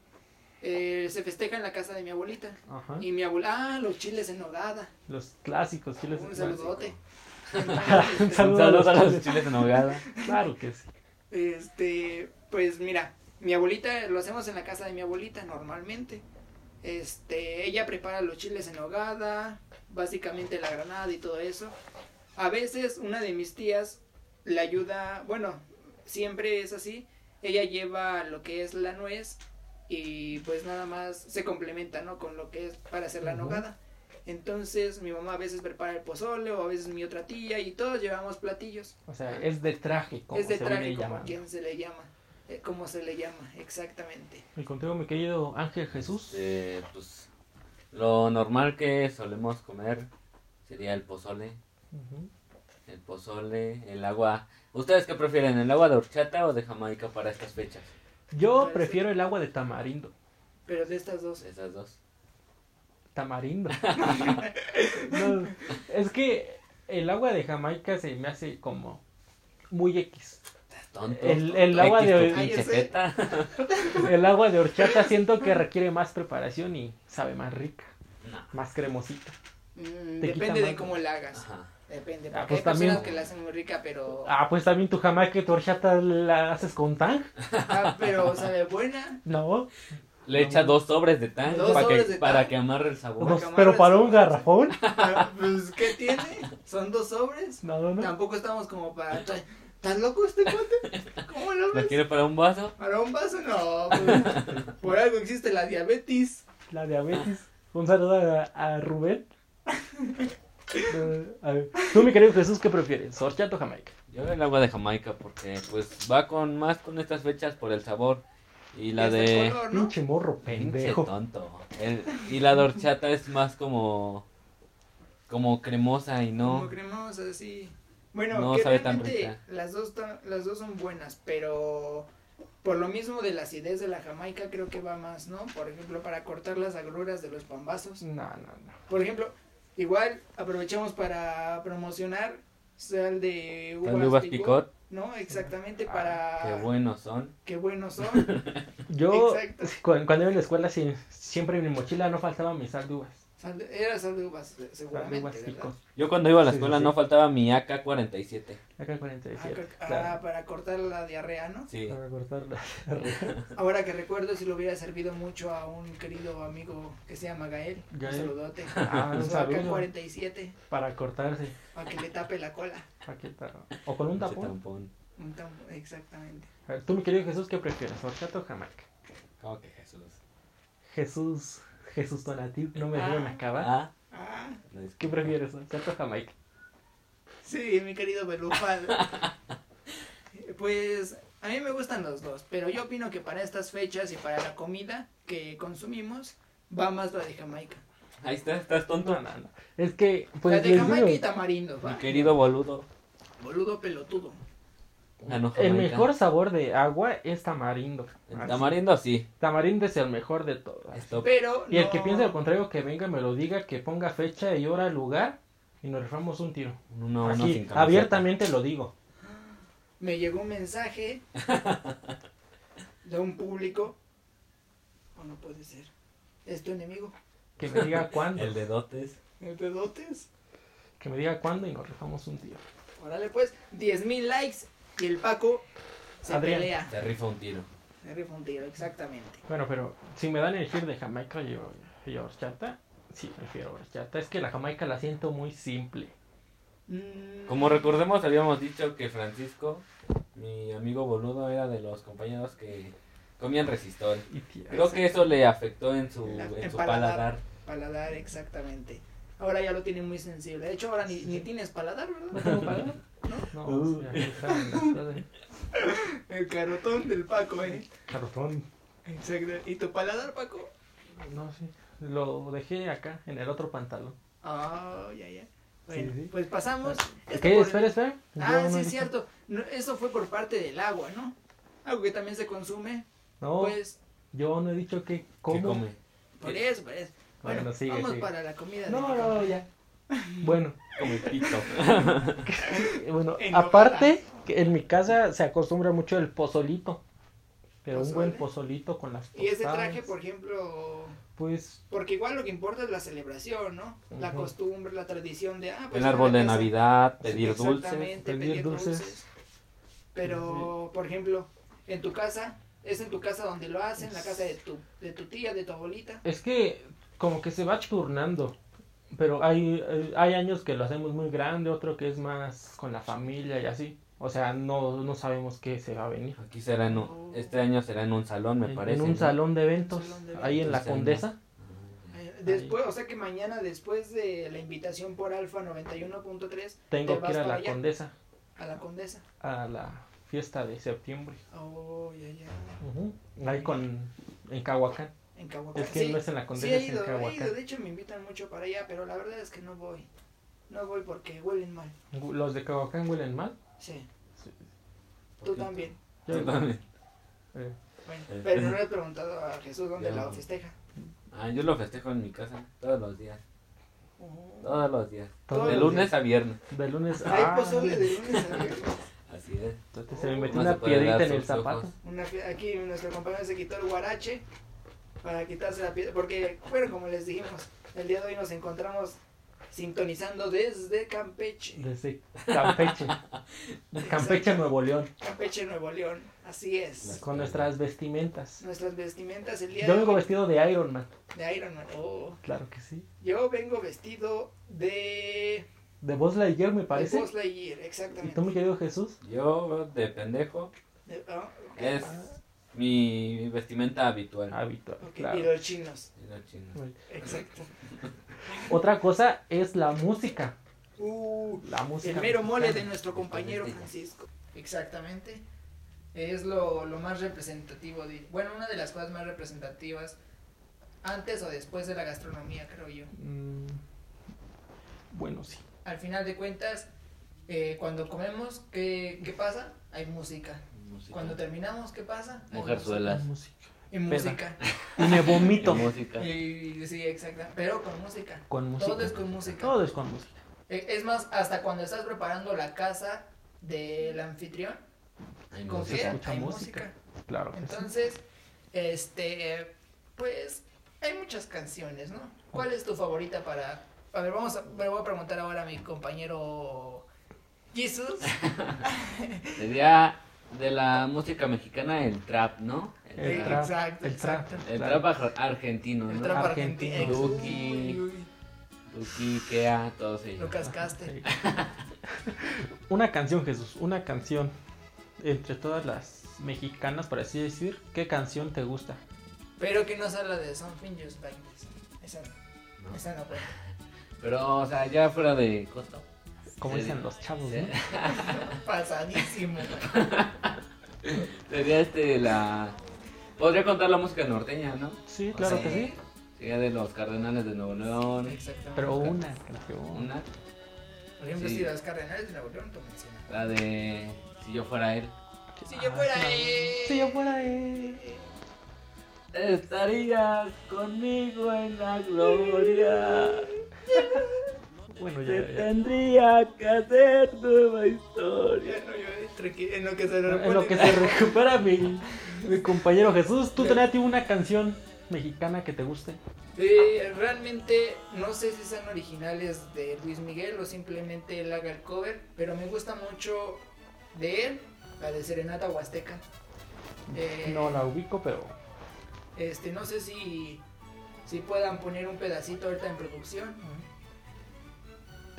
[SPEAKER 1] eh, se festeja en la casa de mi abuelita.
[SPEAKER 2] Ajá.
[SPEAKER 1] Y mi abuela, ah, los chiles en nogada.
[SPEAKER 2] Los clásicos chiles.
[SPEAKER 1] Un
[SPEAKER 2] Bueno,
[SPEAKER 1] saludote.
[SPEAKER 2] Un
[SPEAKER 3] Un
[SPEAKER 2] saludo
[SPEAKER 3] saludo
[SPEAKER 2] a los
[SPEAKER 3] chiles. en nogada.
[SPEAKER 2] Claro que sí.
[SPEAKER 1] Este, pues mira, mi abuelita, lo hacemos en la casa de mi abuelita normalmente. Este, ella prepara los chiles en hogada, básicamente la granada y todo eso. A veces una de mis tías le ayuda, bueno, siempre es así. Ella lleva lo que es la nuez y pues nada más se complementa, ¿no? Con lo que es para hacer la
[SPEAKER 2] Ujú.
[SPEAKER 1] nogada. Entonces mi mamá a veces prepara el pozole o a veces mi otra tía y todos llevamos platillos
[SPEAKER 2] O sea, es de traje, como
[SPEAKER 1] es de
[SPEAKER 2] se
[SPEAKER 1] traje,
[SPEAKER 2] viene
[SPEAKER 1] como
[SPEAKER 2] llamando.
[SPEAKER 1] quien se le llama, eh, como se le llama, exactamente.
[SPEAKER 2] Y contigo, mi querido Ángel Jesús.
[SPEAKER 3] Eh, pues lo normal que solemos comer sería el pozole.
[SPEAKER 2] Ujú.
[SPEAKER 3] El pozole, el agua. ¿Ustedes qué prefieren? ¿El agua de horchata o de Jamaica para estas fechas?
[SPEAKER 2] Yo
[SPEAKER 1] Parece-
[SPEAKER 2] prefiero el agua de tamarindo.
[SPEAKER 1] Pero de estas dos,
[SPEAKER 3] Esas dos.
[SPEAKER 2] Tamarindo. No, es que el agua de Jamaica se me hace como muy X.
[SPEAKER 3] Estás tonto.
[SPEAKER 2] El- el agua
[SPEAKER 3] X tu
[SPEAKER 2] de-
[SPEAKER 3] pinche
[SPEAKER 1] Ay, ese-
[SPEAKER 3] jeta.
[SPEAKER 2] El agua de horchata siento que requiere más preparación y sabe más rica,
[SPEAKER 3] No.
[SPEAKER 2] más cremosita.
[SPEAKER 1] mm,
[SPEAKER 2] Te quita
[SPEAKER 1] depende de
[SPEAKER 2] más.
[SPEAKER 1] cómo la hagas.
[SPEAKER 3] Ajá.
[SPEAKER 1] Depende, porque
[SPEAKER 2] Ah, pues
[SPEAKER 1] hay personas
[SPEAKER 2] también.
[SPEAKER 1] que la hacen muy rica, pero,
[SPEAKER 2] Ah, pues también tu Jamaica y tu horchata la haces con tang.
[SPEAKER 1] ah, pero sabe buena.
[SPEAKER 2] No,
[SPEAKER 3] Le echa dos sobres de tan
[SPEAKER 1] Dos
[SPEAKER 3] para,
[SPEAKER 1] sobres
[SPEAKER 3] que,
[SPEAKER 1] de
[SPEAKER 3] para
[SPEAKER 1] Tang.
[SPEAKER 3] que amarre el sabor.
[SPEAKER 2] Dos,
[SPEAKER 1] camarón
[SPEAKER 2] pero
[SPEAKER 1] es
[SPEAKER 2] para
[SPEAKER 1] una
[SPEAKER 2] un
[SPEAKER 1] cosa.
[SPEAKER 2] garrafón.
[SPEAKER 1] Ah, pues, ¿qué tiene? Son dos sobres.
[SPEAKER 2] No, no, no.
[SPEAKER 1] Tampoco estamos como para... "Ta- ¿Estás loco este cuate? ¿Cómo lo
[SPEAKER 3] ¿Lo
[SPEAKER 1] ves?
[SPEAKER 3] quiere para un vaso?
[SPEAKER 1] ¿Para un vaso? No, pues, por algo existe la diabetes.
[SPEAKER 2] La diabetes. Un saludo a, a Rubén. Eh, a ver, Tú, mi querido Jesús, ¿qué prefieres? ¿Horchata o Jamaica?
[SPEAKER 3] Yo el agua de Jamaica porque pues va con más con estas fechas por el sabor. Y la
[SPEAKER 1] Hasta el
[SPEAKER 3] de...
[SPEAKER 1] Este color, ¿no?
[SPEAKER 2] Pinche morro
[SPEAKER 3] Pinche
[SPEAKER 2] pendejo.
[SPEAKER 3] tonto. El- y la de horchata es más como... Como cremosa y
[SPEAKER 1] Como
[SPEAKER 3] no...
[SPEAKER 1] cremosa, así. Bueno,
[SPEAKER 3] No
[SPEAKER 1] que
[SPEAKER 3] sabe tan
[SPEAKER 1] realmente
[SPEAKER 3] rica.
[SPEAKER 1] Las dos, ta- las dos son buenas, pero por lo mismo de la acidez de la jamaica creo que va más, ¿no? Por ejemplo, para cortar las agruras de los pambazos.
[SPEAKER 2] No, no, no.
[SPEAKER 1] Por ejemplo, igual aprovechamos para promocionar sal de
[SPEAKER 3] Tan
[SPEAKER 1] uvas,
[SPEAKER 3] de uvas
[SPEAKER 1] picot,
[SPEAKER 3] picot.
[SPEAKER 1] ¿no? Exactamente
[SPEAKER 2] Ah,
[SPEAKER 1] para
[SPEAKER 3] Qué buenos son.
[SPEAKER 1] qué buenos son.
[SPEAKER 2] Yo,
[SPEAKER 1] Exacto.
[SPEAKER 2] cuan- cuando iba a la escuela, sí, siempre en mi mochila no faltaba mi sal de uvas.
[SPEAKER 1] Sal de- era sal de uvas,
[SPEAKER 2] Sal de
[SPEAKER 1] seguramente.
[SPEAKER 2] uvas
[SPEAKER 1] ¿verdad?
[SPEAKER 2] picos.
[SPEAKER 3] Yo cuando iba a la
[SPEAKER 2] Sí, sí,
[SPEAKER 3] escuela
[SPEAKER 2] sí.
[SPEAKER 3] no faltaba mi AK-47.
[SPEAKER 2] Acá
[SPEAKER 1] Ah,
[SPEAKER 2] 47.
[SPEAKER 1] creo- ah,
[SPEAKER 2] claro.
[SPEAKER 1] para cortar la diarrea, ¿no?
[SPEAKER 3] Sí.
[SPEAKER 2] Para cortarla.
[SPEAKER 1] Ahora que recuerdo, si lo hubiera servido mucho a un querido amigo que se llama Gael. Un
[SPEAKER 2] Gael.
[SPEAKER 1] saludote. Pues,
[SPEAKER 2] Ah, un
[SPEAKER 1] Su
[SPEAKER 2] saludo.
[SPEAKER 1] AK-47,
[SPEAKER 2] Para cortarse.
[SPEAKER 1] para que le tape la cola.
[SPEAKER 2] Para que ta- O con un
[SPEAKER 3] Pinche
[SPEAKER 2] tapón.
[SPEAKER 3] tampón.
[SPEAKER 1] Un tam- Exactamente.
[SPEAKER 2] A ver, Tú, mi querido Jesús, ¿qué prefieres? ¿Horchata o jamaica?
[SPEAKER 3] ¿Cómo que Jesús?
[SPEAKER 2] Jesús, Jesús Donatil, no me dejaron
[SPEAKER 1] Ah.
[SPEAKER 2] acabar.
[SPEAKER 3] Ah,
[SPEAKER 1] Ah,
[SPEAKER 3] la
[SPEAKER 2] ¿Qué
[SPEAKER 3] disculpa.
[SPEAKER 2] prefieres? ¿Horchata o jamaica?
[SPEAKER 1] sí, mi querido Belufal. pues a mí me gustan los dos, pero yo opino que para estas fechas y para la comida que consumimos, va más la de Jamaica.
[SPEAKER 3] Ahí está, estás tonto.
[SPEAKER 2] No, no, no. Es que,
[SPEAKER 1] la
[SPEAKER 2] pues,
[SPEAKER 1] de
[SPEAKER 2] les
[SPEAKER 1] Jamaica y
[SPEAKER 2] digo,
[SPEAKER 1] tamarindo,
[SPEAKER 3] Mi
[SPEAKER 1] va.
[SPEAKER 3] querido boludo.
[SPEAKER 1] Boludo pelotudo.
[SPEAKER 3] Ah, no,
[SPEAKER 2] el
[SPEAKER 3] Jamaica.
[SPEAKER 2] mejor sabor de agua es tamarindo.
[SPEAKER 3] El
[SPEAKER 2] Así.
[SPEAKER 3] tamarindo sí.
[SPEAKER 2] Tamarindo es el mejor de todos.
[SPEAKER 3] es top.
[SPEAKER 1] Pero
[SPEAKER 2] Y el que
[SPEAKER 1] no-
[SPEAKER 2] piense lo contrario, que venga y me lo diga, que ponga fecha y hora, lugar, y nos rifamos un tiro.
[SPEAKER 3] Uno, uno
[SPEAKER 2] Así,
[SPEAKER 3] sin camiseta.
[SPEAKER 2] abiertamente lo digo.
[SPEAKER 1] me llegó un mensaje de un público. O no puede ser. Es tu enemigo.
[SPEAKER 2] Que me diga cuándo.
[SPEAKER 3] El de dotes.
[SPEAKER 1] ¿El de dotes?
[SPEAKER 2] Que me diga cuándo y nos rifamos un tiro.
[SPEAKER 1] Órale pues, 10.000 mil likes y el Paco se
[SPEAKER 2] Adrián.
[SPEAKER 1] pelea.
[SPEAKER 3] Se rifa un tiro.
[SPEAKER 1] Se rifa un tiro, exactamente.
[SPEAKER 2] Bueno, pero si me dan a elegir de Jamaica y, y horchata, sí, prefiero horchata. Es que la Jamaica la siento muy simple.
[SPEAKER 1] Mm,
[SPEAKER 3] Como recordemos, habíamos dicho que Francisco, mi amigo boludo, era de los compañeros que comían resistol.
[SPEAKER 2] Y tía,
[SPEAKER 3] Creo que eso le afectó en su,
[SPEAKER 1] La-
[SPEAKER 3] en
[SPEAKER 1] el
[SPEAKER 3] su
[SPEAKER 1] paladar.
[SPEAKER 3] paladar.
[SPEAKER 1] Paladar, exactamente. Ahora ya lo tiene muy sensible. De hecho, ahora ni, ni tienes paladar,
[SPEAKER 2] ¿No
[SPEAKER 1] ¿verdad?
[SPEAKER 2] tengo palabras? No,
[SPEAKER 3] Uh.
[SPEAKER 2] sí, aquí saben las cosas.
[SPEAKER 1] El carotón del Paco, ¿eh?
[SPEAKER 2] Carotón.
[SPEAKER 1] Exacto. ¿Y tu paladar, Paco?
[SPEAKER 2] No sé. Lo dejé acá, en el otro pantalón.
[SPEAKER 1] Ah, ya, ya. Bueno,
[SPEAKER 2] Sí, sí.
[SPEAKER 1] pues pasamos. Esto
[SPEAKER 2] ¿Qué?
[SPEAKER 1] por-
[SPEAKER 2] Espera, espera.
[SPEAKER 1] Ah,
[SPEAKER 2] Yo
[SPEAKER 1] sí,
[SPEAKER 2] no
[SPEAKER 1] es
[SPEAKER 2] dije-
[SPEAKER 1] cierto. No, eso fue por parte del agua, ¿no? Algo que también se consume.
[SPEAKER 2] No,
[SPEAKER 1] Pues,
[SPEAKER 2] yo no he dicho que
[SPEAKER 3] ¿Qué
[SPEAKER 2] como.
[SPEAKER 3] come?
[SPEAKER 1] por
[SPEAKER 3] ¿Qué?
[SPEAKER 1] eso, por eso. Bueno,
[SPEAKER 2] Bueno, sigue,
[SPEAKER 1] vamos
[SPEAKER 2] sigue.
[SPEAKER 1] para la comida. de
[SPEAKER 2] No,
[SPEAKER 1] Paco.
[SPEAKER 2] no, ya. Bueno,
[SPEAKER 3] Como el pito.
[SPEAKER 2] eh, bueno,
[SPEAKER 1] En
[SPEAKER 2] aparte, que en mi casa se acostumbra mucho el pozolito. Pero un
[SPEAKER 1] ¿Pozole?
[SPEAKER 2] buen pozolito con las
[SPEAKER 1] Y ese
[SPEAKER 2] tostadas.
[SPEAKER 1] traje, por ejemplo,
[SPEAKER 2] Pues,
[SPEAKER 1] porque igual lo que importa es la celebración, ¿no? La
[SPEAKER 2] Ujú.
[SPEAKER 1] costumbre, la tradición de... Ah, pues
[SPEAKER 3] El
[SPEAKER 1] en
[SPEAKER 3] árbol
[SPEAKER 1] la
[SPEAKER 3] de
[SPEAKER 1] casa-
[SPEAKER 3] Navidad, pedir dulces.
[SPEAKER 1] Exactamente,
[SPEAKER 2] pedir
[SPEAKER 1] pedir dulces.
[SPEAKER 2] dulces.
[SPEAKER 1] Pero, por ejemplo, en tu casa, es en tu casa donde lo hacen, la casa de tu, de tu tía, de tu abuelita.
[SPEAKER 2] es que como que se va turnando. Pero hay, eh, hay años que lo hacemos muy grande, otro que es más con la familia y así. O sea, no, no sabemos qué se va a venir.
[SPEAKER 3] Aquí será en un- este año será en un salón, me
[SPEAKER 2] en,
[SPEAKER 3] parece.
[SPEAKER 2] en un
[SPEAKER 3] ¿no?
[SPEAKER 2] salón de eventos,
[SPEAKER 1] salón de
[SPEAKER 2] ahí en la
[SPEAKER 3] eventos, ahí
[SPEAKER 2] Condesa.
[SPEAKER 1] Eh, Después, o sea que mañana, después de la invitación por Alfa 91.3,
[SPEAKER 2] Tengo
[SPEAKER 1] te
[SPEAKER 2] que
[SPEAKER 1] vas
[SPEAKER 2] ir a la
[SPEAKER 1] para allá.
[SPEAKER 2] Condesa
[SPEAKER 1] a la condesa.
[SPEAKER 2] a la fiesta de septiembre.
[SPEAKER 1] Oh, ya, ya.
[SPEAKER 2] Ahí con en Cahuacán.
[SPEAKER 1] En Cahuacán.
[SPEAKER 2] Es que no es en la
[SPEAKER 1] sí,
[SPEAKER 2] Condesa,
[SPEAKER 1] he
[SPEAKER 2] es en
[SPEAKER 1] ido, he ido.
[SPEAKER 2] Cahuacán.
[SPEAKER 1] De hecho, me invitan mucho para allá, pero la verdad es que no voy. No voy porque huelen mal.
[SPEAKER 2] Los de Cahuacán huelen mal.
[SPEAKER 1] Sí,
[SPEAKER 2] Sí.
[SPEAKER 1] tú también.
[SPEAKER 3] Tú también.
[SPEAKER 2] Eh,
[SPEAKER 1] Bueno,
[SPEAKER 3] Eh.
[SPEAKER 1] pero no le he preguntado a Jesús dónde
[SPEAKER 3] Ya.
[SPEAKER 1] la festeja.
[SPEAKER 3] Ah, yo lo festejo en mi casa todos los días.
[SPEAKER 1] Oh.
[SPEAKER 3] Todos los días.
[SPEAKER 2] Todos
[SPEAKER 3] de
[SPEAKER 2] los
[SPEAKER 3] lunes
[SPEAKER 2] días.
[SPEAKER 3] a viernes.
[SPEAKER 2] de lunes
[SPEAKER 1] Hay
[SPEAKER 2] ah,
[SPEAKER 1] pozole pues, de lunes a viernes.
[SPEAKER 3] Así es.
[SPEAKER 2] entonces se me metió
[SPEAKER 3] No se
[SPEAKER 2] una
[SPEAKER 3] puede dar
[SPEAKER 2] piedrita en el
[SPEAKER 3] sus
[SPEAKER 2] zapato.
[SPEAKER 3] ojos.
[SPEAKER 1] Una fie- aquí nuestro compañero se quitó el guarache para quitarse la piedra. Porque, bueno, como les dijimos, el día de hoy nos encontramos sintonizando desde Campeche.
[SPEAKER 2] Desde Campeche. De Campeche, Nuevo León.
[SPEAKER 1] Campeche, Nuevo León. Así es.
[SPEAKER 2] Con nuestras vestimentas.
[SPEAKER 1] Nuestras vestimentas el día
[SPEAKER 2] Yo
[SPEAKER 1] de
[SPEAKER 2] vengo
[SPEAKER 1] hoy
[SPEAKER 2] vestido de Iron Man.
[SPEAKER 1] de Iron Man. Oh.
[SPEAKER 2] Claro que sí.
[SPEAKER 1] Yo vengo vestido de.
[SPEAKER 2] De Buzz Lightyear me
[SPEAKER 1] de
[SPEAKER 2] parece.
[SPEAKER 1] Buzz Lightyear,
[SPEAKER 2] Y tú,
[SPEAKER 1] exactamente.
[SPEAKER 2] mi querido Jesús.
[SPEAKER 3] Yo, de pendejo,
[SPEAKER 1] De- ah,
[SPEAKER 3] es mi vestimenta habitual.
[SPEAKER 2] Habitual.
[SPEAKER 1] ok,
[SPEAKER 2] claro.
[SPEAKER 1] Y los chinos.
[SPEAKER 3] Y los chinos.
[SPEAKER 1] Exacto.
[SPEAKER 2] Otra cosa es la música.
[SPEAKER 1] Uh,
[SPEAKER 2] La música.
[SPEAKER 1] el mero mole de
[SPEAKER 2] mexicana.
[SPEAKER 1] nuestro compañero Francisco. Exactamente. Es lo, lo más representativo. de- bueno, una de las cosas más representativas antes o después de la gastronomía, creo yo.
[SPEAKER 2] Mm, Bueno, sí.
[SPEAKER 1] Al final de cuentas, eh, cuando comemos, ¿qué, ¿qué pasa? Hay música.
[SPEAKER 3] Música.
[SPEAKER 1] Cuando terminamos, ¿qué pasa? Hay
[SPEAKER 3] Mujerzuelas.
[SPEAKER 2] La música.
[SPEAKER 1] música. Y música.
[SPEAKER 2] Y me vomito.
[SPEAKER 3] Música.
[SPEAKER 1] Y- sí, exacto. Pero con música.
[SPEAKER 2] Con música.
[SPEAKER 1] Todo es con música.
[SPEAKER 2] Todo es con música.
[SPEAKER 1] E- Es más, hasta cuando estás preparando la casa, del anfitrión
[SPEAKER 3] Ay, no,
[SPEAKER 1] con
[SPEAKER 2] se
[SPEAKER 1] gel,
[SPEAKER 2] escucha
[SPEAKER 1] hay
[SPEAKER 2] música.
[SPEAKER 1] música.
[SPEAKER 2] Claro. que sí.
[SPEAKER 1] Entonces, este, pues hay muchas canciones, ¿no? ¿Cuál es tu favorita para... A ver, vamos a... Me voy a preguntar ahora a mi compañero Jesus.
[SPEAKER 3] Sería de la música mexicana el trap, ¿no?
[SPEAKER 2] El
[SPEAKER 1] Sí,
[SPEAKER 2] trap,
[SPEAKER 1] exacto,
[SPEAKER 2] el trap,
[SPEAKER 1] exacto.
[SPEAKER 3] El
[SPEAKER 2] claro.
[SPEAKER 3] trap ar- argentino, ¿no?
[SPEAKER 1] El trap
[SPEAKER 2] Argentino.
[SPEAKER 1] argentino.
[SPEAKER 3] Duki.
[SPEAKER 1] Uy, uy,
[SPEAKER 3] Duki, Kea, todos ellos.
[SPEAKER 1] lo cascaste.
[SPEAKER 2] Sí. Una canción, Jesús, una canción. Entre todas las mexicanas, por así decir, ¿qué canción te gusta?
[SPEAKER 1] Pero que no sea la de Something Just Like This. Esa no,
[SPEAKER 3] ¿no?
[SPEAKER 1] esa no pues, cuenta.
[SPEAKER 3] Pero, o sea, ya fuera de costo.
[SPEAKER 2] Como
[SPEAKER 3] Sí.
[SPEAKER 2] dicen los chavos,
[SPEAKER 3] Sí.
[SPEAKER 2] ¿no?
[SPEAKER 1] Pasadísimo.
[SPEAKER 3] Sería este la. Podría contar la música norteña, ¿no?
[SPEAKER 2] Sí, claro
[SPEAKER 3] Sí.
[SPEAKER 2] que sí.
[SPEAKER 3] Sería de los Cardenales de Nuevo León.
[SPEAKER 1] Exactamente.
[SPEAKER 2] Pero una canción.
[SPEAKER 3] Una,
[SPEAKER 1] Por ejemplo,
[SPEAKER 3] Sí.
[SPEAKER 1] si los cardenales de Nuevo León, tú mencionas.
[SPEAKER 3] la de Si yo fuera él.
[SPEAKER 1] Si yo fuera
[SPEAKER 2] claro.
[SPEAKER 1] él.
[SPEAKER 2] Ah, Si yo fuera él.
[SPEAKER 1] Eh,
[SPEAKER 3] Estarías conmigo en la gloria.
[SPEAKER 2] Bueno, ya,
[SPEAKER 3] Te
[SPEAKER 2] ya, ya.
[SPEAKER 3] tendría que hacer nueva historia.
[SPEAKER 1] Ya no, yo tranquilo, en lo que se
[SPEAKER 2] En lo que se recupera mi, mi compañero Jesús, tú tenías una canción mexicana que te guste.
[SPEAKER 1] Eh, realmente no sé si sean originales de Luis Miguel o simplemente él haga el cover, pero me gusta mucho de él, la de Serenata Huasteca. Eh,
[SPEAKER 2] No la ubico, pero
[SPEAKER 1] Este, no sé si, si puedan poner un pedacito ahorita en producción.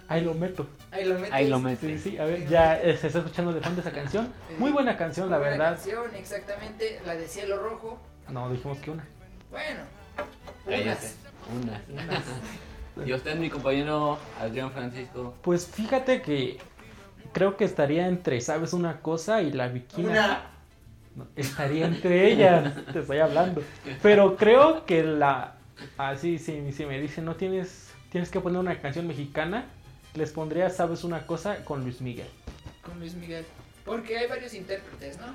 [SPEAKER 2] ahí lo meto.
[SPEAKER 1] Ahí lo metes.
[SPEAKER 3] Ahí lo
[SPEAKER 2] Sí,
[SPEAKER 3] metes.
[SPEAKER 2] sí, a ver, ya eh, se está escuchando de fondo esa canción. Muy buena canción, la
[SPEAKER 1] Una
[SPEAKER 2] verdad.
[SPEAKER 1] canción, exactamente, la de Cielo Rojo.
[SPEAKER 2] No, dijimos que una.
[SPEAKER 1] Bueno,
[SPEAKER 3] Cállate.
[SPEAKER 1] unas.
[SPEAKER 3] Una. Y usted, mi compañero Adrián Francisco.
[SPEAKER 2] Pues fíjate que creo que estaría entre Sabes una cosa y la bikini.
[SPEAKER 1] Una.
[SPEAKER 2] No, Estaría entre ellas, te estoy hablando. Pero creo que la. Así, si, si me dicen, no tienes tienes que poner una canción mexicana, les pondría Sabes una cosa con Luis Miguel.
[SPEAKER 1] Con Luis Miguel. Porque hay varios intérpretes, ¿no?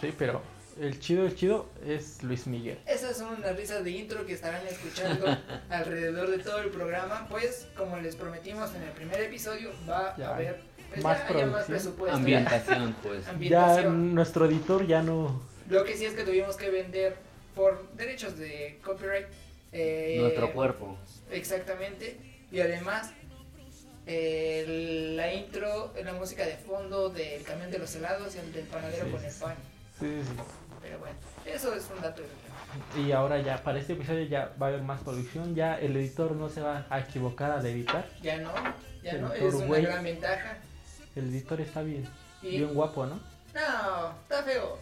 [SPEAKER 2] Sí, pero el chido, el chido es Luis Miguel.
[SPEAKER 1] Esas son unas risas de intro que estarán escuchando alrededor de todo el programa, pues como les prometimos en el primer episodio, va
[SPEAKER 2] Ya
[SPEAKER 1] a haber pues,
[SPEAKER 2] más
[SPEAKER 1] ya- ya más
[SPEAKER 2] producción.
[SPEAKER 1] presupuesto. ya.
[SPEAKER 3] Ambientación, pues.
[SPEAKER 2] Ya
[SPEAKER 1] Ambientación.
[SPEAKER 2] nuestro editor ya no.
[SPEAKER 1] Lo que sí es que tuvimos que vender por derechos de copyright. eh,
[SPEAKER 3] Nuestro cuerpo.
[SPEAKER 1] Exactamente. Y además, eh, la intro, la música de fondo del camión de los helados y el del panadero
[SPEAKER 2] Sí,
[SPEAKER 1] con
[SPEAKER 2] sí,
[SPEAKER 1] el pan.
[SPEAKER 2] Sí, sí.
[SPEAKER 1] Pero bueno, eso es un dato. irrelevante.
[SPEAKER 2] Y ahora ya, para este episodio ya va a haber más producción, ya el editor no se va a equivocar al editar.
[SPEAKER 1] Ya no, ya
[SPEAKER 2] El
[SPEAKER 1] no,
[SPEAKER 2] doctor
[SPEAKER 1] es una
[SPEAKER 2] Güey.
[SPEAKER 1] gran ventaja.
[SPEAKER 2] El editor está bien,
[SPEAKER 1] Y-
[SPEAKER 2] bien guapo, ¿no?
[SPEAKER 1] No, está feo.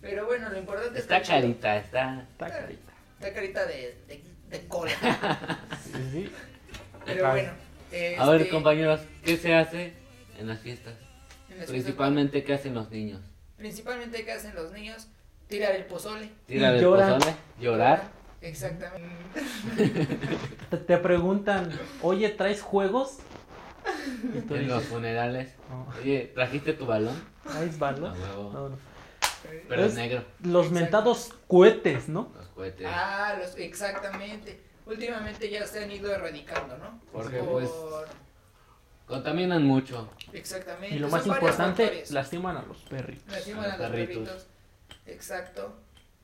[SPEAKER 1] Pero bueno, lo importante es
[SPEAKER 3] Está
[SPEAKER 1] que chido.
[SPEAKER 3] carita, está.
[SPEAKER 2] Está carita.
[SPEAKER 1] Está carita de, de, de cola.
[SPEAKER 2] Sí, sí.
[SPEAKER 1] Pero
[SPEAKER 2] Ah.
[SPEAKER 1] bueno.
[SPEAKER 3] A ver,
[SPEAKER 1] este,
[SPEAKER 3] compañeros, ¿qué se hace en las fiestas?
[SPEAKER 1] en las
[SPEAKER 3] Principalmente, ¿qué hacen los niños?
[SPEAKER 1] fiestas, Principalmente, ¿qué hacen los niños? Tirar el pozole.
[SPEAKER 3] ¿Tirar el
[SPEAKER 2] Lloran.
[SPEAKER 3] pozole? ¿Llorar?
[SPEAKER 1] Exactamente.
[SPEAKER 2] Te, te preguntan, oye, ¿traes juegos? Y tú
[SPEAKER 3] ¿En los
[SPEAKER 2] dices,
[SPEAKER 3] funerales?
[SPEAKER 2] no,
[SPEAKER 3] Oye, ¿trajiste tu balón?
[SPEAKER 2] ¿traes balón?
[SPEAKER 3] A huevo.
[SPEAKER 2] No, no.
[SPEAKER 3] Pero
[SPEAKER 2] Es-
[SPEAKER 3] negro,
[SPEAKER 2] Los mentados cohetes, ¿no?
[SPEAKER 3] los cohetes.
[SPEAKER 1] Ah, los, exactamente. Últimamente ya se han ido erradicando, ¿no?
[SPEAKER 3] Porque, pues,
[SPEAKER 1] Por-
[SPEAKER 3] Contaminan mucho.
[SPEAKER 1] Exactamente.
[SPEAKER 2] Y lo
[SPEAKER 1] son
[SPEAKER 2] más
[SPEAKER 1] varios
[SPEAKER 2] importante,
[SPEAKER 1] factores.
[SPEAKER 2] lastiman a los perritos.
[SPEAKER 1] Nacimos
[SPEAKER 3] A
[SPEAKER 1] a
[SPEAKER 3] los
[SPEAKER 1] los
[SPEAKER 3] perritos.
[SPEAKER 1] perritos. Exacto.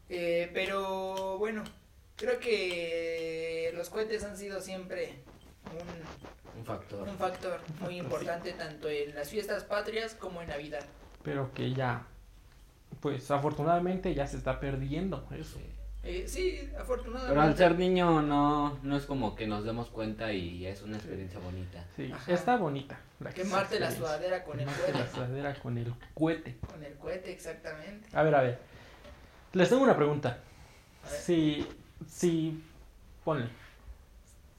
[SPEAKER 1] Eh, pero bueno, creo que los cohetes han sido siempre un,
[SPEAKER 3] Un factor.
[SPEAKER 1] un factor muy importante tanto en las fiestas patrias como en Navidad.
[SPEAKER 2] Pero que ya, pues afortunadamente ya se está perdiendo eso.
[SPEAKER 3] Sí.
[SPEAKER 1] Eh, sí,
[SPEAKER 3] Pero al
[SPEAKER 1] afortunadamente.
[SPEAKER 3] ser niño no, no es como que nos demos cuenta y es una experiencia bonita.
[SPEAKER 2] Sí,
[SPEAKER 1] Ajá.
[SPEAKER 2] está bonita. la
[SPEAKER 1] Quemarte la
[SPEAKER 2] experiencia.
[SPEAKER 1] sudadera con el
[SPEAKER 2] Quemarte la
[SPEAKER 1] cohete.
[SPEAKER 2] sudadera con el cohete.
[SPEAKER 1] Con el cohete, exactamente.
[SPEAKER 2] A ver, a ver. Les tengo una pregunta.
[SPEAKER 1] A ver.
[SPEAKER 2] Si, si, ponle,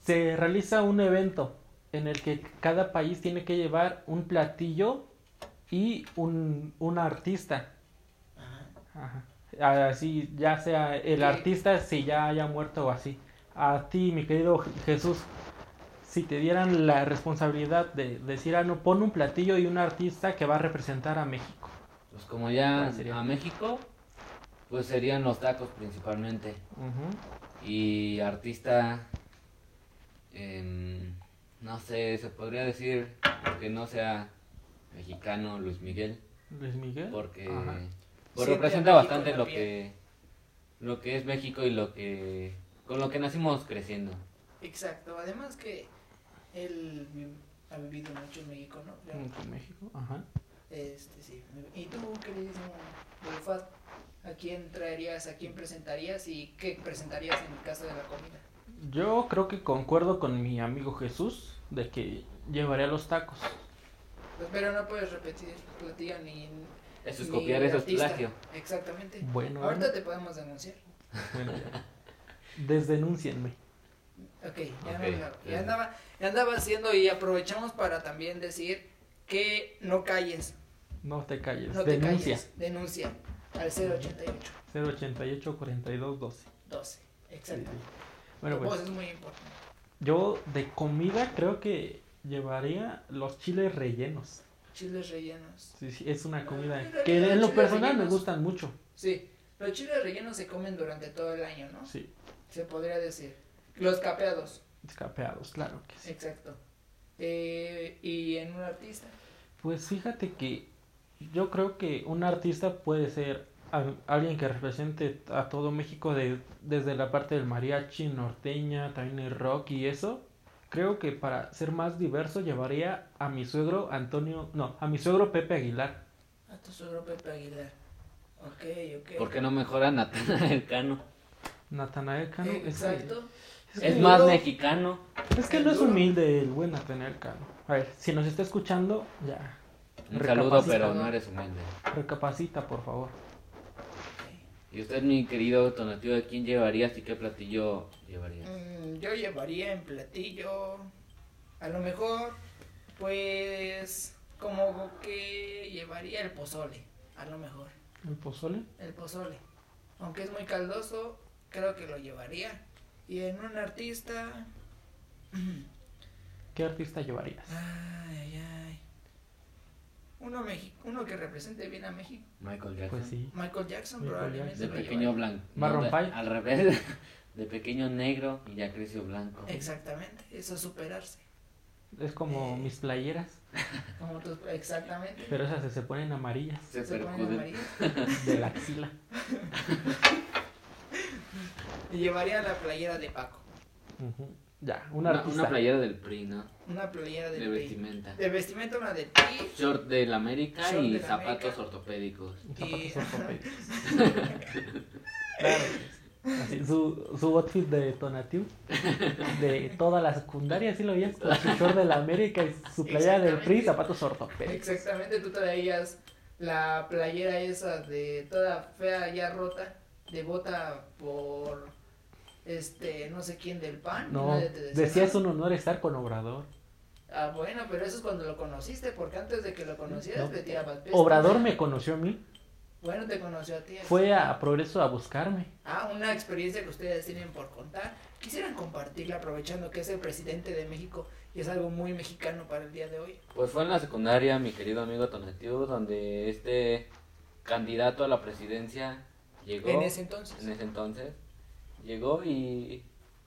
[SPEAKER 2] se realiza un evento en el que cada país tiene que llevar un platillo y un, un artista.
[SPEAKER 1] Ajá.
[SPEAKER 2] Ajá. Así, ya sea el
[SPEAKER 1] Sí.
[SPEAKER 2] artista, si ya haya muerto o así. A ti, mi querido Je- Jesús, si te dieran la responsabilidad de decir, ah, no, pon un platillo y un artista que va a representar a México.
[SPEAKER 3] Pues como ya
[SPEAKER 2] ¿Cuál sería?
[SPEAKER 3] a México, pues serían los tacos principalmente. Y artista, em, no sé, se podría decir que no sea mexicano Luis Miguel,
[SPEAKER 2] Luis Miguel.
[SPEAKER 3] porque
[SPEAKER 2] Ajá.
[SPEAKER 3] pues,
[SPEAKER 1] Siente a
[SPEAKER 3] representa
[SPEAKER 1] México
[SPEAKER 3] bastante
[SPEAKER 1] en la
[SPEAKER 3] lo que, lo que es México y lo que con lo que nacimos creciendo.
[SPEAKER 1] Exacto, además que él vi- ha vivido mucho en México, ¿no? Ya,
[SPEAKER 2] Junto a México. Ajá.
[SPEAKER 1] Este, sí. ¿Y tú, queridísimo Bolfat, a quién traerías, a quién presentarías y qué presentarías en el caso de la comida?
[SPEAKER 2] Yo creo que concuerdo con mi amigo Jesús de que llevaré los tacos.
[SPEAKER 1] Pues, pero no puedes repetir platillo ni...
[SPEAKER 3] Eso es
[SPEAKER 1] ni
[SPEAKER 3] copiar, eso es
[SPEAKER 1] artista.
[SPEAKER 3] plagio.
[SPEAKER 1] Exactamente.
[SPEAKER 2] Bueno,
[SPEAKER 1] Ahorita
[SPEAKER 2] bueno.
[SPEAKER 1] te podemos denunciar.
[SPEAKER 2] Bueno, desdenúncienme.
[SPEAKER 1] Ok, ya,
[SPEAKER 3] Ok,
[SPEAKER 1] me hablaron. ya
[SPEAKER 3] ya.
[SPEAKER 1] andaba, ya andaba haciendo y aprovechamos para también decir que no calles,
[SPEAKER 2] No te calles.
[SPEAKER 1] no te
[SPEAKER 2] Denuncia.
[SPEAKER 1] calles, denuncia al 088
[SPEAKER 2] 088 42 12.
[SPEAKER 1] 12.
[SPEAKER 2] Sí,
[SPEAKER 1] Exacto.
[SPEAKER 2] sí. Bueno,
[SPEAKER 1] tu
[SPEAKER 2] pues
[SPEAKER 1] voz es muy importante.
[SPEAKER 2] yo de comida creo que llevaría los chiles rellenos.
[SPEAKER 1] Chiles rellenos.
[SPEAKER 2] Sí, sí, es una
[SPEAKER 1] Ah,
[SPEAKER 2] comida
[SPEAKER 1] mira,
[SPEAKER 2] que
[SPEAKER 1] los
[SPEAKER 2] en lo
[SPEAKER 1] chiles
[SPEAKER 2] personal me
[SPEAKER 1] rellenos.
[SPEAKER 2] gustan mucho.
[SPEAKER 1] Sí, los chiles rellenos se comen durante todo el año, ¿no?
[SPEAKER 2] Sí,
[SPEAKER 1] Se podría decir. Los capeados,
[SPEAKER 2] escapeados, claro que sí.
[SPEAKER 1] exacto. Eh, y en un artista.
[SPEAKER 2] Pues fíjate que yo creo que un artista puede ser al- alguien que represente a todo México de- desde la parte del mariachi, norteña, también el rock y eso. Creo que para ser más diverso llevaría a mi suegro Antonio, no, a mi suegro Pepe Aguilar.
[SPEAKER 1] A tu suegro Pepe Aguilar. Ok, ok.
[SPEAKER 3] ¿Por qué no mejoran a Natanael Cano?
[SPEAKER 2] Natanael Cano
[SPEAKER 1] Eh,
[SPEAKER 2] Ah, es, que-
[SPEAKER 1] Exacto.
[SPEAKER 2] es que-
[SPEAKER 3] Es más mexicano.
[SPEAKER 2] es que no es
[SPEAKER 1] Duro.
[SPEAKER 2] humilde el buen Natanael Cano. A ver, si nos está escuchando, ya.
[SPEAKER 3] Un saludo,
[SPEAKER 2] Recapacita.
[SPEAKER 3] pero no eres humilde.
[SPEAKER 2] Recapacita, por favor.
[SPEAKER 3] Y usted, mi querido Tonatiuh, ¿a quién llevarías y qué platillo llevarías?
[SPEAKER 1] Mm, yo llevaría en platillo. A lo mejor, pues, como que llevaría el pozole. A lo mejor.
[SPEAKER 2] ¿El pozole?
[SPEAKER 1] El pozole. Aunque es muy caldoso, creo que lo llevaría. Y en un artista.
[SPEAKER 2] ¿Qué artista llevarías?
[SPEAKER 1] Ah. Ay, ay, ay. Uno, Mexi- uno que represente bien a México.
[SPEAKER 3] Michael Jackson.
[SPEAKER 2] Pues sí.
[SPEAKER 1] Michael Jackson
[SPEAKER 2] Michael
[SPEAKER 1] probablemente.
[SPEAKER 3] De
[SPEAKER 1] lo
[SPEAKER 3] pequeño
[SPEAKER 1] llevaría.
[SPEAKER 3] blanco.
[SPEAKER 2] Barron
[SPEAKER 3] de-
[SPEAKER 2] Pie.
[SPEAKER 3] Al revés. De pequeño negro y ya creció blanco.
[SPEAKER 1] Exactamente, eso es superarse.
[SPEAKER 2] Es como
[SPEAKER 1] Eh.
[SPEAKER 2] mis playeras,
[SPEAKER 1] Como tus- exactamente.
[SPEAKER 2] pero esas se- se ponen amarillas
[SPEAKER 3] Se
[SPEAKER 1] Se ponen
[SPEAKER 3] percude.
[SPEAKER 1] amarillos.
[SPEAKER 2] de la axila.
[SPEAKER 1] Y llevaría la playera de Paco.
[SPEAKER 2] Ujú. Ya, un
[SPEAKER 3] Una,
[SPEAKER 2] artista.
[SPEAKER 3] una playera del PRI, ¿no?
[SPEAKER 1] Una playera del
[SPEAKER 3] De
[SPEAKER 1] PRI.
[SPEAKER 3] vestimenta.
[SPEAKER 1] De vestimenta una del PRI.
[SPEAKER 3] Short del América
[SPEAKER 1] Short
[SPEAKER 3] y
[SPEAKER 1] del
[SPEAKER 3] zapatos
[SPEAKER 1] América.
[SPEAKER 3] ortopédicos.
[SPEAKER 2] Zapatos
[SPEAKER 1] Y-
[SPEAKER 2] ortopédicos. claro. Así, su, su outfit de Tonatiu de toda la secundaria, así lo veías, con su short de la América y su playera del PRI,
[SPEAKER 1] Exactamente.
[SPEAKER 2] zapatos ortopédicos.
[SPEAKER 1] Exactamente, tú traías la playera esa de toda fea ya rota, de bota por este no sé quién del pan.
[SPEAKER 2] No,
[SPEAKER 1] nadie te
[SPEAKER 2] decía es
[SPEAKER 1] nada.
[SPEAKER 2] un honor estar con Obrador.
[SPEAKER 1] Ah, bueno, pero eso es cuando lo conociste, porque antes de que lo conocieras
[SPEAKER 2] No.
[SPEAKER 1] te tirabas pestes.
[SPEAKER 2] Obrador me conoció a mí,
[SPEAKER 1] Bueno, te conoció a ti.
[SPEAKER 2] fue a Progreso a buscarme.
[SPEAKER 1] Ah, una experiencia que ustedes tienen por contar. Quisieran compartirla aprovechando que es el presidente de México y es algo muy mexicano para el día de hoy.
[SPEAKER 3] Pues fue en la secundaria, mi querido amigo Tonatiuh, donde este candidato a la presidencia llegó.
[SPEAKER 1] En ese entonces.
[SPEAKER 3] en ese entonces. Llegó y.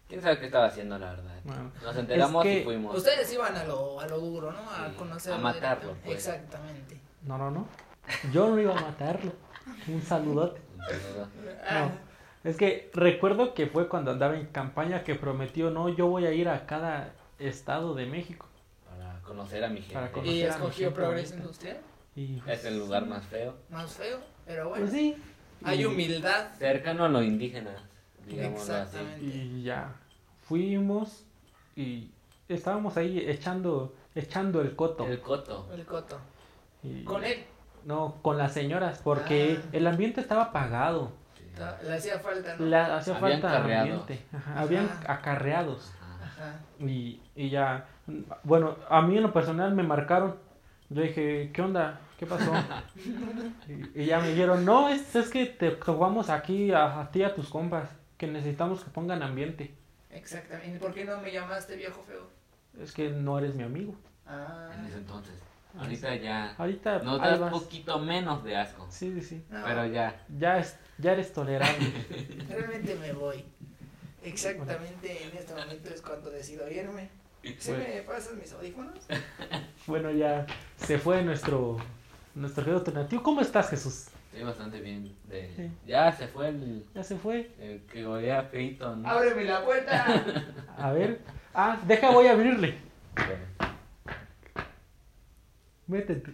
[SPEAKER 3] ¿Quién sabe qué estaba haciendo, la verdad?
[SPEAKER 2] Bueno,
[SPEAKER 3] Nos enteramos
[SPEAKER 2] Es que-
[SPEAKER 3] y fuimos.
[SPEAKER 1] Ustedes iban a lo, a lo duro, ¿no? A
[SPEAKER 3] Sí,
[SPEAKER 1] conocer
[SPEAKER 3] a matarlo,
[SPEAKER 1] directo.
[SPEAKER 3] pues.
[SPEAKER 1] Exactamente.
[SPEAKER 2] no, no, no. Yo no iba a matarlo. Un saludote.
[SPEAKER 3] Un saludo.
[SPEAKER 1] Ah,
[SPEAKER 2] Es que recuerdo que fue cuando andaba en campaña que prometió, no, yo voy a ir a cada estado de México.
[SPEAKER 3] Para conocer a mi gente.
[SPEAKER 2] Para conocer.
[SPEAKER 1] y
[SPEAKER 2] Conocer a
[SPEAKER 1] escogió
[SPEAKER 2] mi gente
[SPEAKER 1] Progreso
[SPEAKER 2] bonita.
[SPEAKER 1] Industrial.
[SPEAKER 2] Y
[SPEAKER 3] Es el lugar más feo.
[SPEAKER 1] Más feo, pero bueno.
[SPEAKER 2] Pues sí.
[SPEAKER 1] Hay
[SPEAKER 2] Y-
[SPEAKER 1] humildad.
[SPEAKER 3] Cercano a lo indígena, digámoslo así.
[SPEAKER 1] Exactamente.
[SPEAKER 2] Y ya. Fuimos y estábamos ahí echando echando el coto.
[SPEAKER 3] El coto.
[SPEAKER 1] El coto.
[SPEAKER 2] Y-
[SPEAKER 1] Con él
[SPEAKER 2] No, con las señoras, porque
[SPEAKER 1] Ah.
[SPEAKER 2] el ambiente estaba apagado.
[SPEAKER 3] Sí.
[SPEAKER 1] ta- le hacía falta, ¿no?
[SPEAKER 2] La, hacía
[SPEAKER 3] Habían
[SPEAKER 2] falta
[SPEAKER 3] carreados.
[SPEAKER 2] ambiente. Ajá, habían
[SPEAKER 1] Ajá.
[SPEAKER 2] acarreados.
[SPEAKER 3] Ajá.
[SPEAKER 1] Ajá.
[SPEAKER 2] Y, y ya, bueno, a mí en lo personal me marcaron. Yo dije, ¿qué onda? ¿Qué pasó? y, y ya me dijeron, no, es, es que te jugamos aquí a, a ti y a tus compas, que necesitamos que pongan ambiente.
[SPEAKER 1] Exactamente. ¿Por qué no me llamaste viejo feo?
[SPEAKER 2] Es que no eres mi amigo.
[SPEAKER 1] Ah.
[SPEAKER 3] En ese entonces. Ahorita ya.
[SPEAKER 2] Ahorita
[SPEAKER 3] Nos
[SPEAKER 2] ahí
[SPEAKER 3] das
[SPEAKER 2] vas.
[SPEAKER 3] poquito menos de asco.
[SPEAKER 2] Sí, sí, sí.
[SPEAKER 1] No,
[SPEAKER 3] Pero ya.
[SPEAKER 2] Ya, es, ya eres tolerable.
[SPEAKER 1] realmente me voy. Exactamente en este momento es cuando decido irme. ¿Se
[SPEAKER 3] Pues
[SPEAKER 2] Bueno.
[SPEAKER 1] me pasan mis audífonos?
[SPEAKER 2] Bueno, ya se fue nuestro nuestro querido alternativo. ¿Cómo estás, Jesús?
[SPEAKER 3] Estoy bastante bien. de-
[SPEAKER 2] Sí.
[SPEAKER 3] Ya se fue el,
[SPEAKER 2] Ya se fue.
[SPEAKER 3] el que golea feito, ¿no?
[SPEAKER 1] Ábreme la puerta.
[SPEAKER 2] A ver. Ah, deja, voy a abrirle. Métete.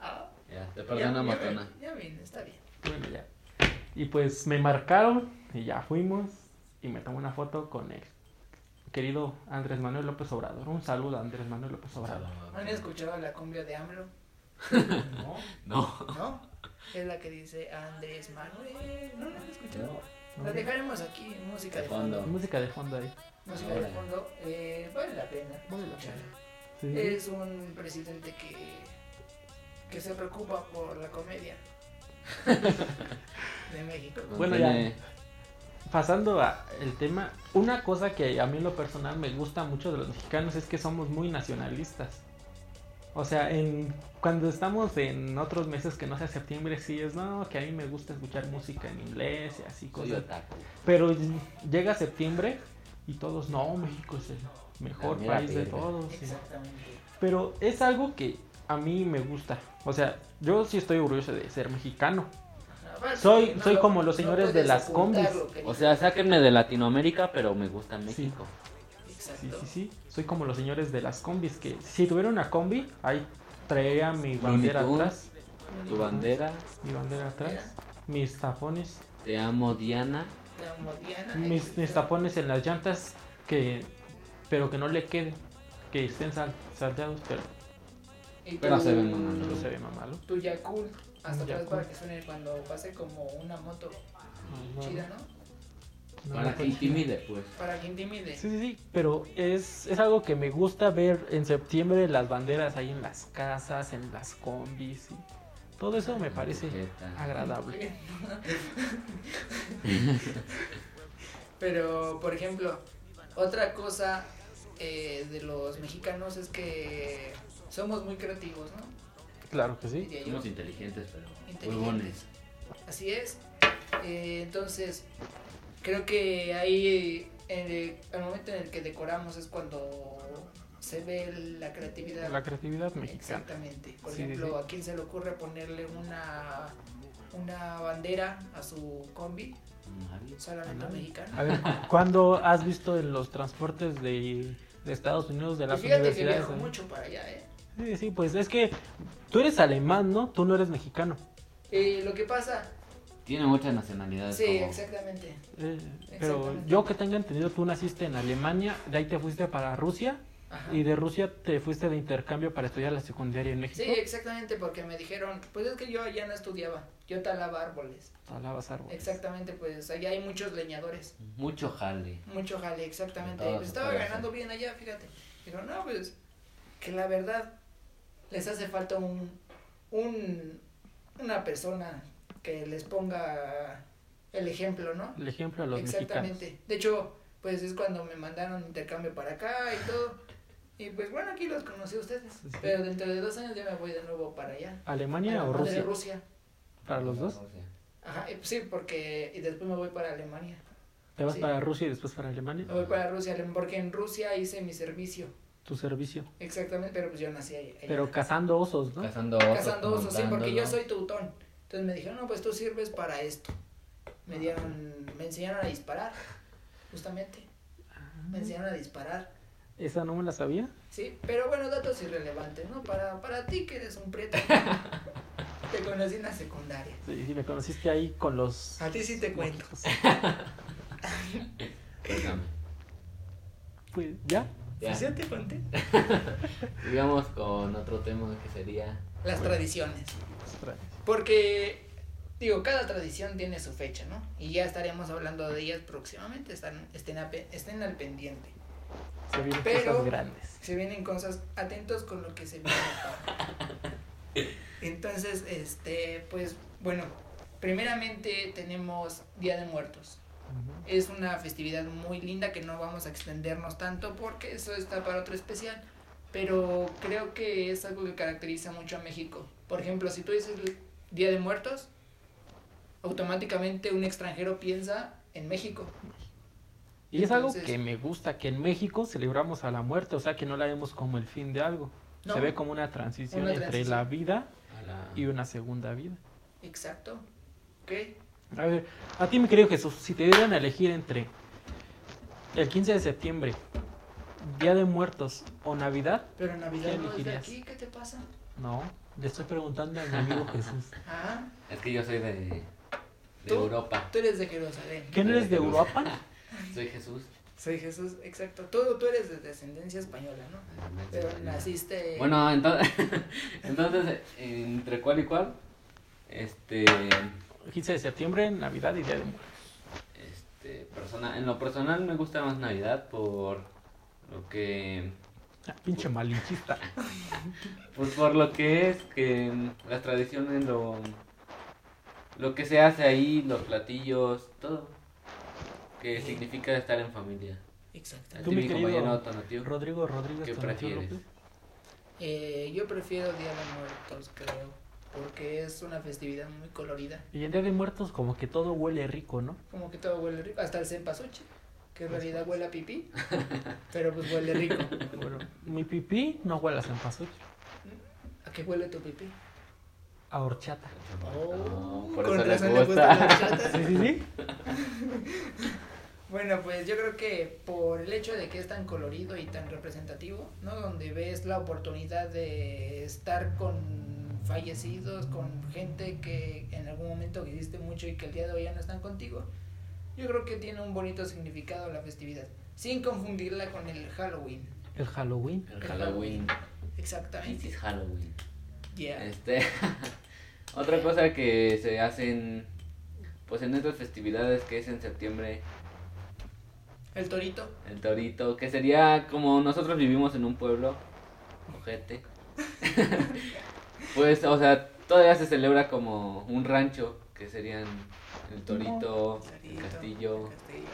[SPEAKER 1] Ah,
[SPEAKER 3] Ya, te
[SPEAKER 1] ya-
[SPEAKER 3] perdono,
[SPEAKER 1] ya
[SPEAKER 3] Matona.
[SPEAKER 1] ven, Ya vine, está bien.
[SPEAKER 2] Bueno, ya. Y pues me marcaron y ya fuimos y me tomé una foto con el querido Andrés Manuel López Obrador. Un saludo a Andrés Manuel López Obrador.
[SPEAKER 1] ¿No han escuchado la cumbia de AMLO?
[SPEAKER 2] No,
[SPEAKER 3] No.
[SPEAKER 1] ¿No? Es la que dice Andrés Manuel. No la han escuchado.
[SPEAKER 2] no.
[SPEAKER 1] La dejaremos aquí, música
[SPEAKER 3] De
[SPEAKER 1] de fondo.
[SPEAKER 3] fondo.
[SPEAKER 2] Música de fondo ahí.
[SPEAKER 1] Música de fondo. eh, vale la pena.
[SPEAKER 2] Vale la
[SPEAKER 1] escucharla.
[SPEAKER 2] Sí.
[SPEAKER 1] Es un presidente que, que se preocupa por la comedia de México.
[SPEAKER 2] Bueno, ya.
[SPEAKER 3] Tiene-
[SPEAKER 2] Pasando al tema, una cosa que a mí en lo personal me gusta mucho de los mexicanos es que somos muy nacionalistas. O sea, en, cuando estamos en otros meses que no sea septiembre, sí es, no, que a mí me gusta escuchar música en inglés y así
[SPEAKER 3] Soy
[SPEAKER 2] cosas.
[SPEAKER 3] otaku.
[SPEAKER 2] Pero llega septiembre y todos, no, México es el mejor
[SPEAKER 3] La mera
[SPEAKER 2] país de
[SPEAKER 3] verga".
[SPEAKER 2] todos. sí.
[SPEAKER 1] Exactamente.
[SPEAKER 2] Pero es algo que a mí me gusta. O sea, yo sí estoy orgulloso de ser mexicano.
[SPEAKER 1] Aparte,
[SPEAKER 2] Soy-
[SPEAKER 1] no
[SPEAKER 2] soy
[SPEAKER 1] lo-
[SPEAKER 2] como los señores de
[SPEAKER 1] puedes
[SPEAKER 2] las
[SPEAKER 1] ocultarlo,
[SPEAKER 2] combis.
[SPEAKER 1] querido.
[SPEAKER 3] O sea, sáquenme de Latinoamérica, pero me gusta México.
[SPEAKER 1] Exacto.
[SPEAKER 2] Sí, sí, sí. Soy como los señores de las combis, que si tuviera una combi, ahí traería mi bandera
[SPEAKER 3] Tunes.
[SPEAKER 2] atrás.
[SPEAKER 3] Tu bandera,
[SPEAKER 2] Mi bandera atrás. Mis tapones.
[SPEAKER 3] te amo Diana.
[SPEAKER 1] Te amo, Diana.
[SPEAKER 2] Mis, mis tapones en las llantas, que pero que no le quede. Que estén sal- salteados, pero
[SPEAKER 1] Y
[SPEAKER 3] Pero
[SPEAKER 1] tu-
[SPEAKER 3] se ve mamá, ¿no?
[SPEAKER 2] no se ve más malo.
[SPEAKER 1] Tu Yakult. Hasta atrás
[SPEAKER 2] Yakult.
[SPEAKER 1] para que suene cuando pase como una moto
[SPEAKER 2] No,
[SPEAKER 1] chida, ¿no?
[SPEAKER 2] no,
[SPEAKER 3] Para
[SPEAKER 2] no,
[SPEAKER 3] que
[SPEAKER 2] no.
[SPEAKER 3] intimide, pues.
[SPEAKER 1] Para que intimide.
[SPEAKER 2] Sí, sí, sí, pero es, es algo que me gusta ver en septiembre las banderas ahí en las casas, en las combis. y todo eso me parece
[SPEAKER 3] Sujeta.
[SPEAKER 2] agradable.
[SPEAKER 1] Pero, por ejemplo, otra cosa eh, de los mexicanos es que somos muy creativos, ¿no?
[SPEAKER 2] Claro que sí.
[SPEAKER 1] Diría yo.
[SPEAKER 3] Somos inteligentes, pero
[SPEAKER 1] Inteligentes.
[SPEAKER 3] huevones.
[SPEAKER 1] Así es. Eh, entonces, creo que ahí, en el, el momento en el que decoramos es cuando se ve la creatividad.
[SPEAKER 2] La creatividad mexicana.
[SPEAKER 1] Exactamente. Por
[SPEAKER 2] Sí,
[SPEAKER 1] ejemplo,
[SPEAKER 2] sí, sí.
[SPEAKER 1] ¿a quién se le ocurre ponerle una, una bandera a su combi?
[SPEAKER 3] Nadie.
[SPEAKER 1] Solamente
[SPEAKER 2] Ándale.
[SPEAKER 1] mexicano.
[SPEAKER 2] A ver, ¿cu- ¿cuándo has visto en los transportes de, de Estados Unidos, de
[SPEAKER 1] Y
[SPEAKER 2] las
[SPEAKER 1] fíjate que
[SPEAKER 2] universidades?
[SPEAKER 1] viajo
[SPEAKER 2] eh?
[SPEAKER 1] mucho para allá, ¿eh?
[SPEAKER 2] Sí, sí, pues es que tú eres alemán, ¿no? Tú no eres mexicano.
[SPEAKER 1] Eh, Lo que pasa,
[SPEAKER 3] Tiene muchas nacionalidades.
[SPEAKER 1] sí,
[SPEAKER 3] como-
[SPEAKER 1] exactamente.
[SPEAKER 2] Eh, pero
[SPEAKER 1] Exactamente.
[SPEAKER 2] yo que tenga entendido, tú naciste en Alemania, de ahí te fuiste para Rusia
[SPEAKER 1] Ajá.
[SPEAKER 2] y de Rusia te fuiste de intercambio para estudiar la secundaria en
[SPEAKER 1] Sí,
[SPEAKER 2] México.
[SPEAKER 1] exactamente, porque me dijeron, pues es que yo allá no estudiaba, yo talaba árboles.
[SPEAKER 2] Hablabas árbol.
[SPEAKER 1] Exactamente, pues allá hay muchos leñadores,
[SPEAKER 3] Mucho jale.
[SPEAKER 1] mucho jale, exactamente.
[SPEAKER 3] Todo
[SPEAKER 1] Y, pues,
[SPEAKER 3] se
[SPEAKER 1] estaba
[SPEAKER 3] puede
[SPEAKER 1] ganando
[SPEAKER 3] hacer.
[SPEAKER 1] bien allá, fíjate. Digo, no, pues que la verdad les hace falta un, un una persona que les ponga el ejemplo, ¿no?
[SPEAKER 2] El ejemplo a los mexicanos.
[SPEAKER 1] Exactamente. De hecho, pues es cuando me mandaron intercambio para acá y todo. Y pues bueno, aquí los conocí a ustedes.
[SPEAKER 2] Sí.
[SPEAKER 1] Pero dentro de dos años ya me voy de nuevo para allá.
[SPEAKER 2] ¿Alemania
[SPEAKER 1] A la
[SPEAKER 2] o
[SPEAKER 1] madre
[SPEAKER 2] Rusia?
[SPEAKER 1] Rusia.
[SPEAKER 2] Para los dos.
[SPEAKER 1] Ajá, y, pues, sí, porque y después me voy para Alemania.
[SPEAKER 2] Te vas
[SPEAKER 1] Sí.
[SPEAKER 2] para Rusia y después para Alemania.
[SPEAKER 1] Me voy para Rusia, Alem- porque en Rusia hice mi servicio.
[SPEAKER 2] Tu servicio.
[SPEAKER 1] Exactamente, pero pues yo nací ahí. allá.
[SPEAKER 2] Pero cazando osos, ¿no?
[SPEAKER 3] Cazando osos.
[SPEAKER 1] Cazando osos, sí, porque yo
[SPEAKER 3] montándolo.
[SPEAKER 1] soy teutón. Entonces me dijeron, no, pues tú sirves para esto. Me dieron, me enseñaron a disparar, justamente. Me enseñaron a disparar.
[SPEAKER 2] Ah, Esa no me la sabía.
[SPEAKER 1] Sí, pero bueno, datos irrelevantes, ¿no? Para, para ti que eres un prieto. te conocí en la secundaria.
[SPEAKER 2] Sí, sí, me conociste ahí con los...
[SPEAKER 1] A ti sí te cuento.
[SPEAKER 3] Cuéntame.
[SPEAKER 2] Pues ya.
[SPEAKER 3] Ya.
[SPEAKER 1] ¿Sí te conté?
[SPEAKER 3] Sigamos con otro tema que sería.
[SPEAKER 1] Las
[SPEAKER 2] Bueno.
[SPEAKER 1] tradiciones.
[SPEAKER 2] Pues,
[SPEAKER 1] Porque, digo, cada tradición tiene su fecha, ¿no? Y ya estaremos hablando de ellas próximamente, están, estén, a pe- estén al pendiente.
[SPEAKER 2] Se vienen
[SPEAKER 1] Pero-
[SPEAKER 2] cosas grandes.
[SPEAKER 1] Se vienen cosas, atentos con lo que se viene. Entonces, este, pues, bueno, primeramente tenemos Día de Muertos. Es una festividad muy linda que no vamos a extendernos tanto porque eso está para otro especial. Pero creo que es algo que caracteriza mucho a México. Por ejemplo, si tú dices el Día de Muertos, automáticamente un extranjero piensa en México.
[SPEAKER 2] Y es algo
[SPEAKER 1] Entonces-
[SPEAKER 2] que me gusta, que en México celebramos a la muerte, o sea que no la vemos como el fin de algo.
[SPEAKER 1] No.
[SPEAKER 2] Se ve como una transición
[SPEAKER 1] Una
[SPEAKER 2] entre
[SPEAKER 1] transición. Ah.
[SPEAKER 2] la vida
[SPEAKER 3] A la-
[SPEAKER 2] y una segunda vida.
[SPEAKER 1] Exacto. Ok.
[SPEAKER 2] A ver, a ti mi querido Jesús, si te dieran a elegir entre el 15 de septiembre, Día de Muertos o Navidad,
[SPEAKER 1] Pero Navidad no
[SPEAKER 2] ¿Qué
[SPEAKER 1] es de
[SPEAKER 2] elegirías?
[SPEAKER 1] aquí, ¿qué te pasa?
[SPEAKER 2] no, le estoy preguntando a mi amigo Jesús.
[SPEAKER 1] Ah,
[SPEAKER 3] Es que yo soy de, de
[SPEAKER 1] ¿Tú?
[SPEAKER 3] Europa.
[SPEAKER 1] tú eres de Jerusalén.
[SPEAKER 2] ¿Qué no eres de Europa?
[SPEAKER 3] Soy Jesús.
[SPEAKER 1] Soy Jesús, exacto. Tú, tú eres de descendencia española, ¿no? Pero naciste...
[SPEAKER 3] Bueno, entonces, entonces, ¿entre cuál y cuál? Este,
[SPEAKER 2] 15 de septiembre, Navidad y Día de Muertos.
[SPEAKER 3] este, persona, en lo personal me gusta más Navidad por lo que,
[SPEAKER 2] Ah, pinche malinchista.
[SPEAKER 3] pues por lo que es, que mm, las tradiciones, lo, lo que se hace ahí, los platillos, todo, que significa estar en familia.
[SPEAKER 1] Exacto.
[SPEAKER 3] A
[SPEAKER 2] Tú,
[SPEAKER 3] ti,
[SPEAKER 2] mi
[SPEAKER 3] mi
[SPEAKER 2] querido
[SPEAKER 3] compañero Tonatiuh,
[SPEAKER 2] Rodrigo Rodríguez
[SPEAKER 3] ¿Qué
[SPEAKER 2] Tonatiuh
[SPEAKER 3] prefieres?
[SPEAKER 2] López.
[SPEAKER 1] Eh, yo prefiero Día de Muertos, creo, porque es una festividad muy colorida.
[SPEAKER 2] Y en Día de Muertos como que todo huele rico, ¿no?
[SPEAKER 1] Como que todo huele rico, hasta el cempasúchil, que en realidad huele a pipí, pero pues huele rico.
[SPEAKER 2] Bueno, mi pipí no huele a cempasúchil,
[SPEAKER 1] ¿A qué huele tu pipí?
[SPEAKER 2] a horchata.
[SPEAKER 1] Oh,
[SPEAKER 3] No, Ah, por
[SPEAKER 1] con
[SPEAKER 3] eso les
[SPEAKER 1] razón le
[SPEAKER 3] gusta.
[SPEAKER 1] gustan las chatas.
[SPEAKER 2] Sí, sí, sí.
[SPEAKER 1] Bueno, pues yo creo que por el hecho de que es tan colorido y tan representativo, ¿no? Donde ves la oportunidad de estar con fallecidos, con gente que en algún momento quisiste mucho y que el día de hoy ya no están contigo, yo creo que tiene un bonito significado la festividad, sin confundirla con el Halloween.
[SPEAKER 2] El Halloween.
[SPEAKER 3] El Halloween. This
[SPEAKER 1] Exactamente.
[SPEAKER 3] is Halloween.
[SPEAKER 1] Yeah.
[SPEAKER 3] Este, otra cosa que se hace en, pues en estas festividades que es en septiembre,
[SPEAKER 1] El torito.
[SPEAKER 3] el torito, que sería como nosotros vivimos en un pueblo, ojete, pues, o sea, todavía se celebra como un rancho, que serían el torito, el
[SPEAKER 1] Torito,
[SPEAKER 3] castillo,
[SPEAKER 1] el castillo,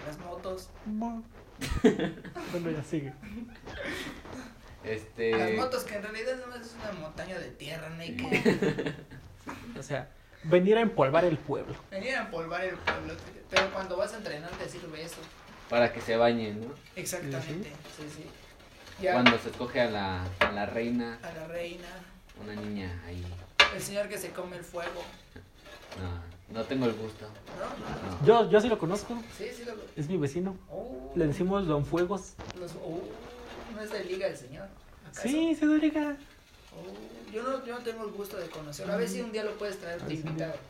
[SPEAKER 1] Las motos.
[SPEAKER 2] Bueno, ya sigue.
[SPEAKER 1] Las
[SPEAKER 3] este,
[SPEAKER 1] motos que en realidad no es una montaña de tierra, no hay
[SPEAKER 3] Sí.
[SPEAKER 1] que...
[SPEAKER 2] O sea, venir a empolvar el pueblo.
[SPEAKER 1] Venir a empolvar el pueblo, pero cuando vas a entrenar te sirve eso.
[SPEAKER 3] para que se bañen, ¿no?
[SPEAKER 1] Exactamente, sí, sí. Ya
[SPEAKER 3] Cuando se escoge a la, a la reina,
[SPEAKER 1] a la reina,
[SPEAKER 3] una niña ahí,
[SPEAKER 1] el señor que se come el fuego,
[SPEAKER 3] no, no tengo el gusto,
[SPEAKER 1] ¿no?
[SPEAKER 3] no.
[SPEAKER 2] Yo, yo sí lo conozco,
[SPEAKER 1] Sí, sí, lo...
[SPEAKER 2] es mi vecino.
[SPEAKER 1] Oh,
[SPEAKER 2] Le decimos Don Fuegos.
[SPEAKER 1] los- oh, no es de liga el señor. ¿acaso?
[SPEAKER 2] Sí, se doliga.
[SPEAKER 1] Oh, yo, no, yo no tengo el gusto de conocerlo. A ver
[SPEAKER 2] Mm.
[SPEAKER 1] si un día lo puedes traer
[SPEAKER 2] A
[SPEAKER 1] de
[SPEAKER 2] ver si un día.
[SPEAKER 1] invitado.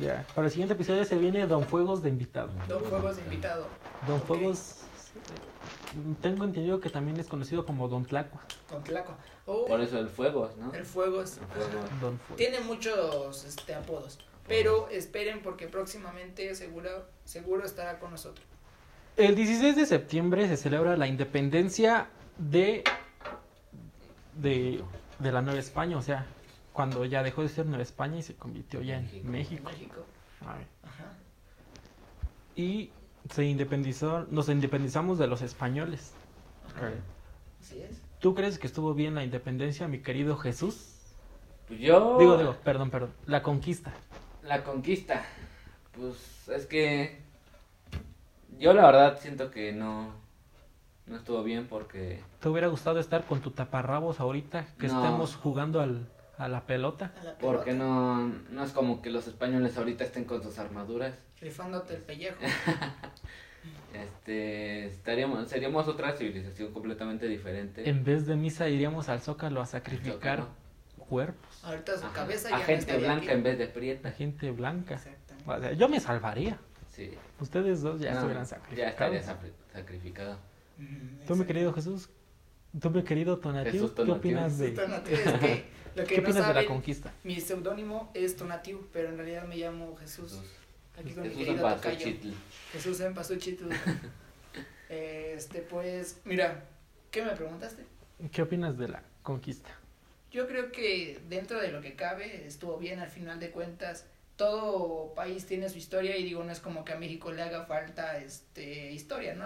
[SPEAKER 2] Ya, para el siguiente episodio se viene Don Fuegos de invitado.
[SPEAKER 1] Dos juegos de invitado.
[SPEAKER 2] Don
[SPEAKER 1] Ok.
[SPEAKER 2] Fuegos, eh, tengo entendido que también es conocido como Don Tlacua.
[SPEAKER 1] Con Tlaco. Oh,
[SPEAKER 3] Por eso el fuego, ¿no?
[SPEAKER 1] el fuego es...
[SPEAKER 3] El fuego.
[SPEAKER 2] Don Fuegos.
[SPEAKER 1] Tiene muchos este, apodos. Pero esperen porque próximamente seguro, seguro estará con nosotros.
[SPEAKER 2] El 16 de septiembre se celebra la independencia de, de, de la Nueva España, o sea, cuando ya dejó de ser Nueva España y se convirtió ya en
[SPEAKER 1] En
[SPEAKER 2] México.
[SPEAKER 1] México.
[SPEAKER 2] A ver.
[SPEAKER 1] Ajá.
[SPEAKER 2] Y se independizó, nos independizamos de los españoles.
[SPEAKER 1] Ajá. Así es.
[SPEAKER 2] ¿Tú crees que estuvo bien la independencia, mi querido Jesús?
[SPEAKER 3] Pues yo.
[SPEAKER 2] Digo, digo, perdón, perdón, la conquista.
[SPEAKER 3] La conquista. Pues es que. Yo la verdad siento que no. No estuvo bien porque.
[SPEAKER 2] ¿Te hubiera gustado estar con tu taparrabos ahorita que
[SPEAKER 3] No.
[SPEAKER 2] estemos jugando al, a la pelota?
[SPEAKER 1] A la pelota,
[SPEAKER 3] Porque no. No es como que los españoles ahorita estén con sus armaduras.
[SPEAKER 1] Rifándote el pellejo.
[SPEAKER 3] Este. Estaríamos. Seríamos otra civilización completamente diferente.
[SPEAKER 2] En vez de misa iríamos al zócalo a sacrificar
[SPEAKER 3] Zócalo.
[SPEAKER 2] cuerpos,
[SPEAKER 1] Ahorita su
[SPEAKER 3] Ajá.
[SPEAKER 1] cabeza
[SPEAKER 3] A
[SPEAKER 1] ya no
[SPEAKER 3] gente
[SPEAKER 1] estaría
[SPEAKER 3] blanca
[SPEAKER 1] aquí.
[SPEAKER 3] en vez de prieta.
[SPEAKER 2] la gente blanca.
[SPEAKER 1] Exactamente.
[SPEAKER 2] O sea, yo me salvaría.
[SPEAKER 3] Sí.
[SPEAKER 2] Ustedes dos ya
[SPEAKER 3] No,
[SPEAKER 2] estuvieran
[SPEAKER 3] Ya
[SPEAKER 2] sacrificados.
[SPEAKER 3] estaría sacri- sacrificado.
[SPEAKER 1] Ujú,
[SPEAKER 2] Tú, mi
[SPEAKER 1] exacto.
[SPEAKER 2] querido Jesús, tú, mi querido Tonatiu,
[SPEAKER 3] Jesús
[SPEAKER 2] ¿qué
[SPEAKER 3] Tonatiu.
[SPEAKER 2] opinas de,
[SPEAKER 1] Esto no- es que lo que
[SPEAKER 2] ¿qué
[SPEAKER 1] no
[SPEAKER 2] opinas de la
[SPEAKER 1] saben,
[SPEAKER 2] conquista?
[SPEAKER 1] mi seudónimo es Tonatiu, pero en realidad me llamo Jesús. Aquí con mi
[SPEAKER 3] Jesús
[SPEAKER 1] querido tocayo.
[SPEAKER 3] Apachuchitl.
[SPEAKER 1] Jesús en Pazuchitl. Este, pues, mira, ¿qué me preguntaste?
[SPEAKER 2] ¿Qué opinas de la conquista?
[SPEAKER 1] Yo creo que dentro de lo que cabe estuvo bien al final de cuentas. Todo país tiene su historia y digo, no es como que a México le haga falta este historia, ¿no?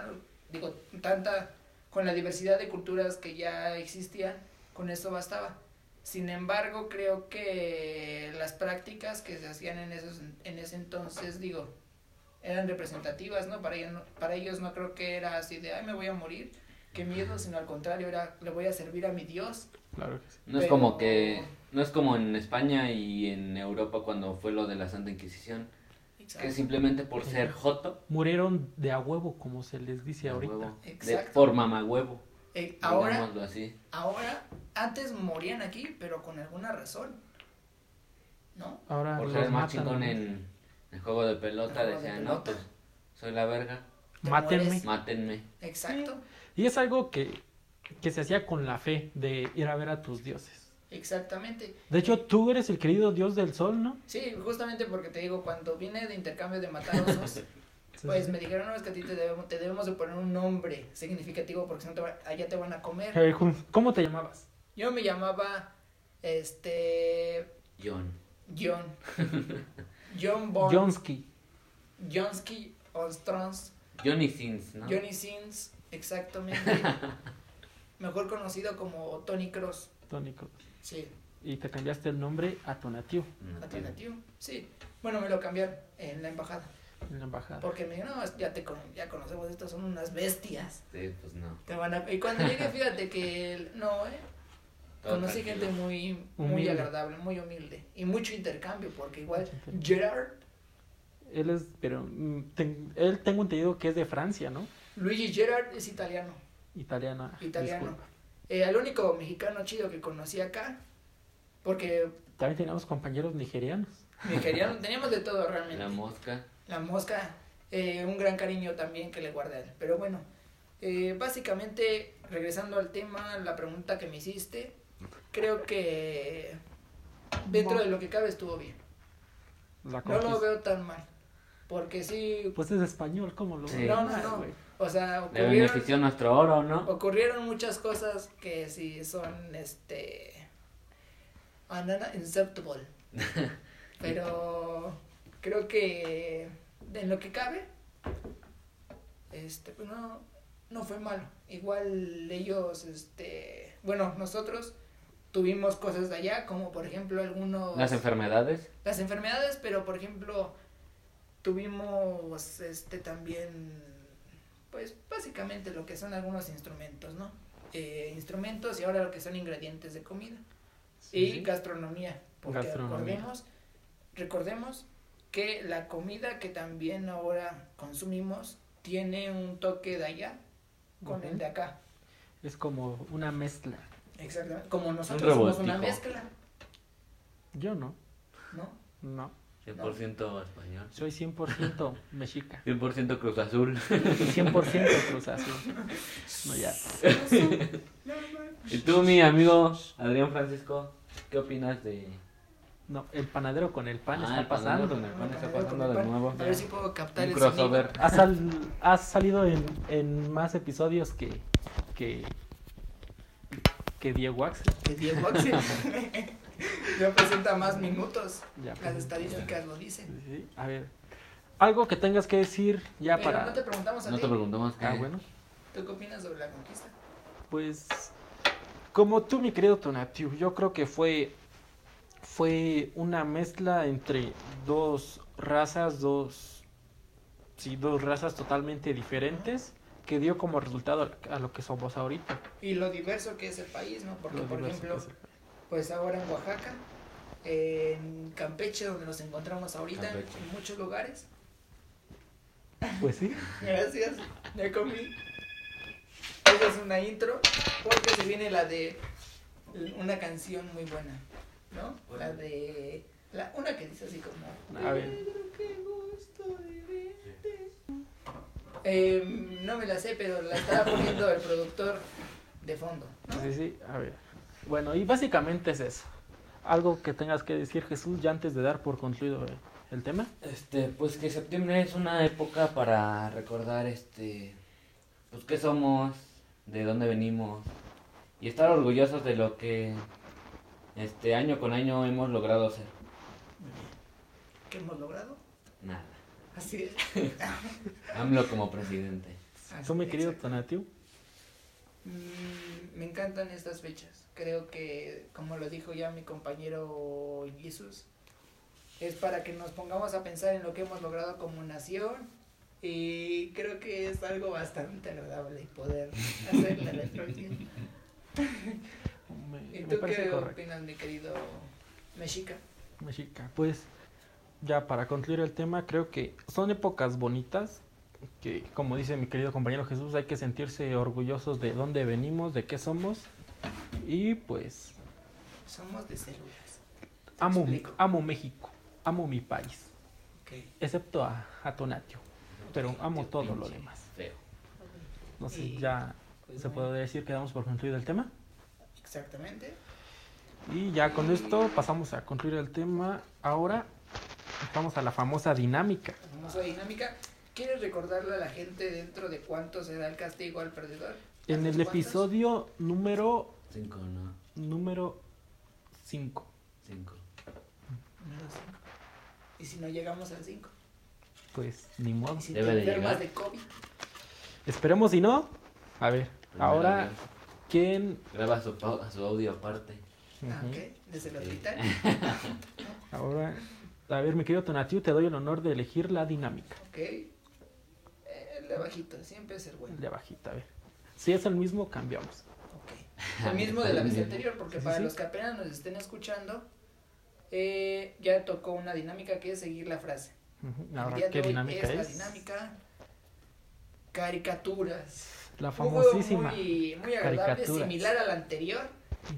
[SPEAKER 1] Digo, tanta con la diversidad de culturas que ya existían, con eso bastaba. Sin embargo, creo que las prácticas que se hacían en esos en ese entonces, digo, eran representativas, ¿no? Para ellos no, para ellos no creo que era así de, ay, me voy a morir, qué miedo, sino al contrario, era le voy a servir a mi Dios.
[SPEAKER 2] Claro que sí.
[SPEAKER 3] No es
[SPEAKER 1] Pero-
[SPEAKER 3] como que. No es como en España y en Europa cuando fue lo de la Santa Inquisición. Que simplemente por ser joto.
[SPEAKER 2] Murieron de a huevo, como se les dice
[SPEAKER 3] a
[SPEAKER 2] ahorita.
[SPEAKER 3] huevo, de,
[SPEAKER 1] Exacto.
[SPEAKER 3] por mamagüevo.
[SPEAKER 1] Eh, ahora,
[SPEAKER 3] Digámoslo así.
[SPEAKER 1] ahora, antes morían aquí, pero con alguna razón. ¿No?
[SPEAKER 2] Ahora
[SPEAKER 3] Por
[SPEAKER 2] Ah, los
[SPEAKER 3] ser el más
[SPEAKER 2] matan,
[SPEAKER 3] chingón
[SPEAKER 2] ¿no?
[SPEAKER 3] en el juego de pelota.
[SPEAKER 1] El juego de
[SPEAKER 3] Decían,
[SPEAKER 1] pelota.
[SPEAKER 3] no, pues soy la verga.
[SPEAKER 1] Te
[SPEAKER 2] Mátenme.
[SPEAKER 1] mueres.
[SPEAKER 3] Mátenme.
[SPEAKER 1] Exacto,
[SPEAKER 2] Y es algo que, que se hacía con la fe de ir a ver a tus dioses.
[SPEAKER 1] exactamente.
[SPEAKER 2] De hecho, tú eres el querido dios del sol, ¿no?
[SPEAKER 1] Sí, justamente porque te digo, cuando vine de intercambio de matar osos, pues me dijeron, no, es que a ti te debemos, te debemos de poner un nombre significativo porque si no te va- allá te van a comer.
[SPEAKER 2] Eh, ¿cómo- ¿Cómo te llamabas?
[SPEAKER 1] Yo me llamaba, este,
[SPEAKER 3] John.
[SPEAKER 1] John. John Bond.
[SPEAKER 2] Jonsky.
[SPEAKER 1] Jonsky Onstrons.
[SPEAKER 3] Johnny Sins, ¿no?
[SPEAKER 1] Johnny Sins, exactamente. Mejor conocido como Tony Cross.
[SPEAKER 2] Tony Cruz.
[SPEAKER 1] Sí,
[SPEAKER 2] Y te cambiaste el nombre a Tonatiuh
[SPEAKER 3] No,
[SPEAKER 1] alternativo. Sí. Bueno, me lo cambiaron en la embajada.
[SPEAKER 2] en la embajada.
[SPEAKER 1] Porque me dijeron, no, ya te con- ya conocemos, estas son unas bestias.
[SPEAKER 3] sí, pues no.
[SPEAKER 1] Te van a... Y cuando llegué, fíjate que el- no, eh.
[SPEAKER 3] Todo
[SPEAKER 1] Conocí
[SPEAKER 3] tranquilo.
[SPEAKER 1] gente muy, muy
[SPEAKER 2] Humilde.
[SPEAKER 1] agradable, muy humilde. Y mucho intercambio, porque igual
[SPEAKER 2] Mucho intercambio.
[SPEAKER 1] Gerard,
[SPEAKER 2] Él es, pero mm, ten- él tengo entendido que es de Francia, ¿no?
[SPEAKER 1] Luigi Gerard es italiano.
[SPEAKER 2] Italiana.
[SPEAKER 1] Italiano.
[SPEAKER 2] Ah, disculpa.
[SPEAKER 1] Eh, el único mexicano chido que conocí acá, porque
[SPEAKER 2] También teníamos compañeros nigerianos.
[SPEAKER 1] nigeriano, teníamos de todo realmente.
[SPEAKER 3] La mosca.
[SPEAKER 1] La mosca, eh, un gran cariño también que le guardé a él. Pero bueno, eh, básicamente, regresando al tema, la pregunta que me hiciste, creo que dentro de lo que cabe estuvo bien.
[SPEAKER 3] Ah,
[SPEAKER 2] La
[SPEAKER 1] No
[SPEAKER 2] conquista.
[SPEAKER 1] lo veo tan mal, porque sí,
[SPEAKER 2] Pues es español, ¿cómo lo
[SPEAKER 3] Sí.
[SPEAKER 2] ves?
[SPEAKER 1] no, no,
[SPEAKER 2] Ay,
[SPEAKER 1] no,
[SPEAKER 2] güey.
[SPEAKER 1] o sea,
[SPEAKER 3] Le
[SPEAKER 1] ocurrieron,
[SPEAKER 3] benefició nuestro oro, ¿no?
[SPEAKER 1] ocurrieron muchas cosas que sí son, este, anana- unacceptable. Pero creo que en lo que cabe, este, pues no, no fue malo. Igual ellos, este, bueno, nosotros tuvimos cosas de allá, como por ejemplo algunos...
[SPEAKER 3] Las enfermedades.
[SPEAKER 1] las enfermedades, pero por ejemplo tuvimos este también, pues básicamente lo que son algunos instrumentos, ¿no? Eh, instrumentos y ahora lo que son ingredientes de comida y
[SPEAKER 2] Sí.
[SPEAKER 1] gastronomía, porque
[SPEAKER 2] Gastronomía.
[SPEAKER 1] recordemos, recordemos que la comida que también ahora consumimos tiene un toque de allá con
[SPEAKER 2] Ujú.
[SPEAKER 1] el de acá.
[SPEAKER 2] Es como una mezcla.
[SPEAKER 1] Exactamente. Como nosotros somos una
[SPEAKER 3] revoltijo.
[SPEAKER 1] mezcla,
[SPEAKER 2] Yo no,
[SPEAKER 1] ¿no?
[SPEAKER 2] no.
[SPEAKER 3] 100% español.
[SPEAKER 2] Soy 100% mexica.
[SPEAKER 3] 100% Cruz Azul.
[SPEAKER 2] 100% Cruz Azul. No, ya.
[SPEAKER 3] Y tú, mi amigo Adrián Francisco, ¿qué opinas de.
[SPEAKER 2] No, el panadero con el pan está
[SPEAKER 3] Ah, el panadero
[SPEAKER 2] pasando.
[SPEAKER 3] con el pan está
[SPEAKER 1] Con el
[SPEAKER 3] pasando de
[SPEAKER 1] pan.
[SPEAKER 3] nuevo.
[SPEAKER 1] A ver si puedo captar
[SPEAKER 3] Un
[SPEAKER 1] el sonido.
[SPEAKER 3] crossover.
[SPEAKER 2] Ha, sal- ha salido en, en más episodios que, que, que Diego Axel.
[SPEAKER 1] Que Diego Axel ya presenta más minutos.
[SPEAKER 2] Ya,
[SPEAKER 1] Las
[SPEAKER 2] pues,
[SPEAKER 1] estadísticas lo dicen.
[SPEAKER 2] sí, a ver, algo que tengas que decir ya
[SPEAKER 1] Pero
[SPEAKER 2] para...
[SPEAKER 1] no te preguntamos a
[SPEAKER 3] No
[SPEAKER 1] ti.
[SPEAKER 3] te preguntamos qué.
[SPEAKER 2] Ah, bueno.
[SPEAKER 1] ¿Tú qué opinas sobre la conquista?
[SPEAKER 2] Pues como tú, mi querido Tonatiu, yo creo que fue fue una mezcla entre dos razas, dos sí, dos razas totalmente diferentes que dio como resultado a lo que somos ahorita.
[SPEAKER 1] Y lo diverso que es el país, ¿no? Porque,
[SPEAKER 2] Lo
[SPEAKER 1] por
[SPEAKER 2] diverso
[SPEAKER 1] ejemplo,
[SPEAKER 2] que es.
[SPEAKER 1] pues ahora en Oaxaca, en Campeche, donde nos encontramos ahorita,
[SPEAKER 3] Campeche.
[SPEAKER 1] en muchos lugares.
[SPEAKER 2] Pues sí.
[SPEAKER 1] Gracias, ya comí. Esa es una intro, porque se viene la de una canción muy buena, ¿no? La de. La, una que dice así como.
[SPEAKER 2] A ver.
[SPEAKER 1] Pedro, qué gusto de verte. Eh, no me la sé, pero la estaba poniendo el productor de fondo. ¿no?
[SPEAKER 2] Sí, sí, a ver. Bueno, y básicamente es eso. Algo que tengas que decir, Jesús, ya antes de dar por concluido eh, el tema.
[SPEAKER 3] Este, pues que septiembre es una época para recordar, este, pues qué somos, de dónde venimos y estar orgullosos de lo que, este, año con año hemos logrado hacer.
[SPEAKER 1] ¿Qué hemos logrado?
[SPEAKER 3] Nada.
[SPEAKER 1] Así es.
[SPEAKER 3] AMLO como presidente.
[SPEAKER 2] Tú, mi
[SPEAKER 1] Así,
[SPEAKER 2] querido
[SPEAKER 1] exacto.
[SPEAKER 2] Tonatiu,
[SPEAKER 1] Mm, me encantan estas fechas. Creo que, como lo dijo ya mi compañero Jesus, es para que nos pongamos a pensar en lo que hemos logrado como nación, Y creo que es algo bastante agradable poder hacer la retroacción.
[SPEAKER 2] Me,
[SPEAKER 1] ¿Y
[SPEAKER 2] me
[SPEAKER 1] tú
[SPEAKER 2] parece
[SPEAKER 1] qué
[SPEAKER 2] correcto.
[SPEAKER 1] opinas, mi querido Mexica?
[SPEAKER 2] Mexica, pues ya para concluir el tema, creo que son épocas bonitas que, como dice mi querido compañero Jesús, hay que sentirse orgullosos de dónde venimos, de qué somos y pues
[SPEAKER 1] Somos de células.
[SPEAKER 2] amo,
[SPEAKER 1] explico.
[SPEAKER 2] amo México, amo mi país,
[SPEAKER 1] Ok.
[SPEAKER 2] excepto a, a Tonatio, pero amo
[SPEAKER 3] Tío,
[SPEAKER 2] todo lo
[SPEAKER 3] pinche
[SPEAKER 2] demás.
[SPEAKER 3] Feo.
[SPEAKER 2] Entonces
[SPEAKER 1] Y-
[SPEAKER 2] ya
[SPEAKER 1] Pues
[SPEAKER 2] se
[SPEAKER 1] bueno,
[SPEAKER 2] puede decir que damos por concluido el tema.
[SPEAKER 1] Exactamente.
[SPEAKER 2] Y ya con esto pasamos a concluir el tema. Ahora vamos a la famosa dinámica.
[SPEAKER 1] La famosa dinámica. ¿Quieres recordarle a la gente dentro de cuánto será el castigo al perdedor?
[SPEAKER 2] En el
[SPEAKER 1] ¿Cuántos?
[SPEAKER 2] episodio número
[SPEAKER 3] Cinco, no.
[SPEAKER 2] número 5.
[SPEAKER 3] Cinco.
[SPEAKER 1] Número cinco. Y si no llegamos al 5.
[SPEAKER 2] Pues ni modo.
[SPEAKER 1] Y si
[SPEAKER 3] Debe
[SPEAKER 1] te
[SPEAKER 3] de
[SPEAKER 1] enfermas
[SPEAKER 3] llegar.
[SPEAKER 1] de COVID.
[SPEAKER 2] Esperemos si no. A ver,
[SPEAKER 3] Primero
[SPEAKER 2] ahora
[SPEAKER 3] Dios.
[SPEAKER 2] quién
[SPEAKER 3] Graba su, pau- su audio aparte.
[SPEAKER 1] Ah,
[SPEAKER 2] Ujú.
[SPEAKER 1] ok. Desde el
[SPEAKER 3] Sí.
[SPEAKER 1] hospital.
[SPEAKER 2] Ahora, a ver, mi querido Tonatiu, te doy el honor de elegir la dinámica.
[SPEAKER 1] Ok. Eh, El de abajito. Siempre es el
[SPEAKER 2] El
[SPEAKER 1] bueno.
[SPEAKER 2] de abajita, a ver. Si es el mismo, cambiamos.
[SPEAKER 1] Ok. El mismo de la vez anterior, porque
[SPEAKER 2] Sí, sí,
[SPEAKER 1] para
[SPEAKER 2] sí.
[SPEAKER 1] los que apenas nos estén escuchando, eh, ya tocó una dinámica que es seguir la frase.
[SPEAKER 2] Ujú.
[SPEAKER 1] El
[SPEAKER 2] Ahora,
[SPEAKER 1] día de
[SPEAKER 2] ¿qué
[SPEAKER 1] hoy
[SPEAKER 2] dinámica
[SPEAKER 1] La
[SPEAKER 2] es?
[SPEAKER 1] dinámica caricaturas.
[SPEAKER 2] La
[SPEAKER 1] Un juego
[SPEAKER 2] famosísima.
[SPEAKER 1] Muy, muy agradable,
[SPEAKER 2] caricatura.
[SPEAKER 1] similar al anterior.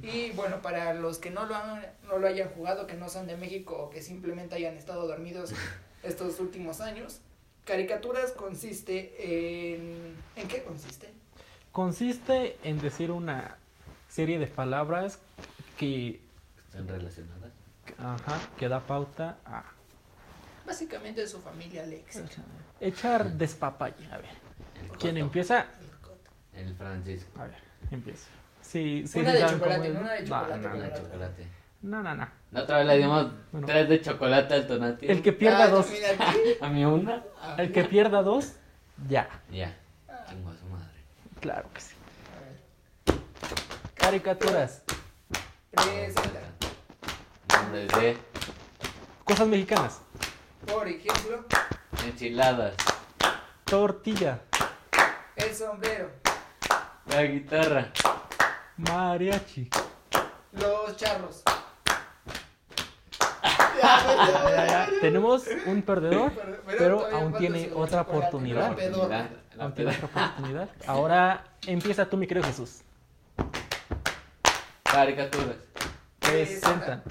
[SPEAKER 1] Y bueno, para los que no lo, han, no lo hayan jugado, que no son de México o que simplemente hayan estado dormidos estos últimos años, caricaturas consiste en... ¿En qué consiste?
[SPEAKER 2] Consiste en decir una serie de palabras que,
[SPEAKER 3] ¿Están relacionadas?
[SPEAKER 2] ajá, que da pauta a
[SPEAKER 1] Básicamente su familia Alex.
[SPEAKER 2] echar despapalle. A ver,
[SPEAKER 3] El
[SPEAKER 2] ¿quién
[SPEAKER 3] Coto,
[SPEAKER 2] empieza?
[SPEAKER 3] El Francisco.
[SPEAKER 2] A ver, empieza. Sí, sí,
[SPEAKER 1] Una
[SPEAKER 2] sí
[SPEAKER 1] de
[SPEAKER 2] saben cómo
[SPEAKER 1] chocolate,
[SPEAKER 2] es,
[SPEAKER 1] una de
[SPEAKER 2] No,
[SPEAKER 1] chocolate,
[SPEAKER 2] no,
[SPEAKER 3] Una de
[SPEAKER 1] Chocolate.
[SPEAKER 3] Ah, chocolate.
[SPEAKER 2] No, no, no.
[SPEAKER 3] La otra vez le dimos
[SPEAKER 2] Bueno.
[SPEAKER 3] tres de chocolate al Tonatio.
[SPEAKER 2] El que pierda
[SPEAKER 1] Ah,
[SPEAKER 2] dos.
[SPEAKER 1] mira aquí.
[SPEAKER 3] ¿A mí una?
[SPEAKER 1] Ah,
[SPEAKER 2] El que pierda dos, ya.
[SPEAKER 3] Ya. Chingo a su madre.
[SPEAKER 2] Claro que sí.
[SPEAKER 1] a ver.
[SPEAKER 2] Caricaturas.
[SPEAKER 1] Presenta.
[SPEAKER 3] Nombres de
[SPEAKER 2] Cosas mexicanas.
[SPEAKER 1] Por ejemplo,
[SPEAKER 3] enchiladas.
[SPEAKER 2] Tortilla.
[SPEAKER 1] el sombrero,
[SPEAKER 3] La guitarra.
[SPEAKER 2] Mariachi.
[SPEAKER 1] los charros.
[SPEAKER 2] Ya, ya, ya. Tenemos un perdedor,
[SPEAKER 1] Pero- pero
[SPEAKER 2] pero
[SPEAKER 1] todavía
[SPEAKER 2] aún
[SPEAKER 1] falta
[SPEAKER 2] tiene
[SPEAKER 1] su
[SPEAKER 2] otra
[SPEAKER 1] chocolate,
[SPEAKER 2] oportunidad.
[SPEAKER 1] La pedorra.
[SPEAKER 3] La- La
[SPEAKER 2] Aún tiene
[SPEAKER 3] peda.
[SPEAKER 2] otra oportunidad. Ahora empieza tú, mi querido Jesús.
[SPEAKER 3] Caricaturas.
[SPEAKER 2] Presentan.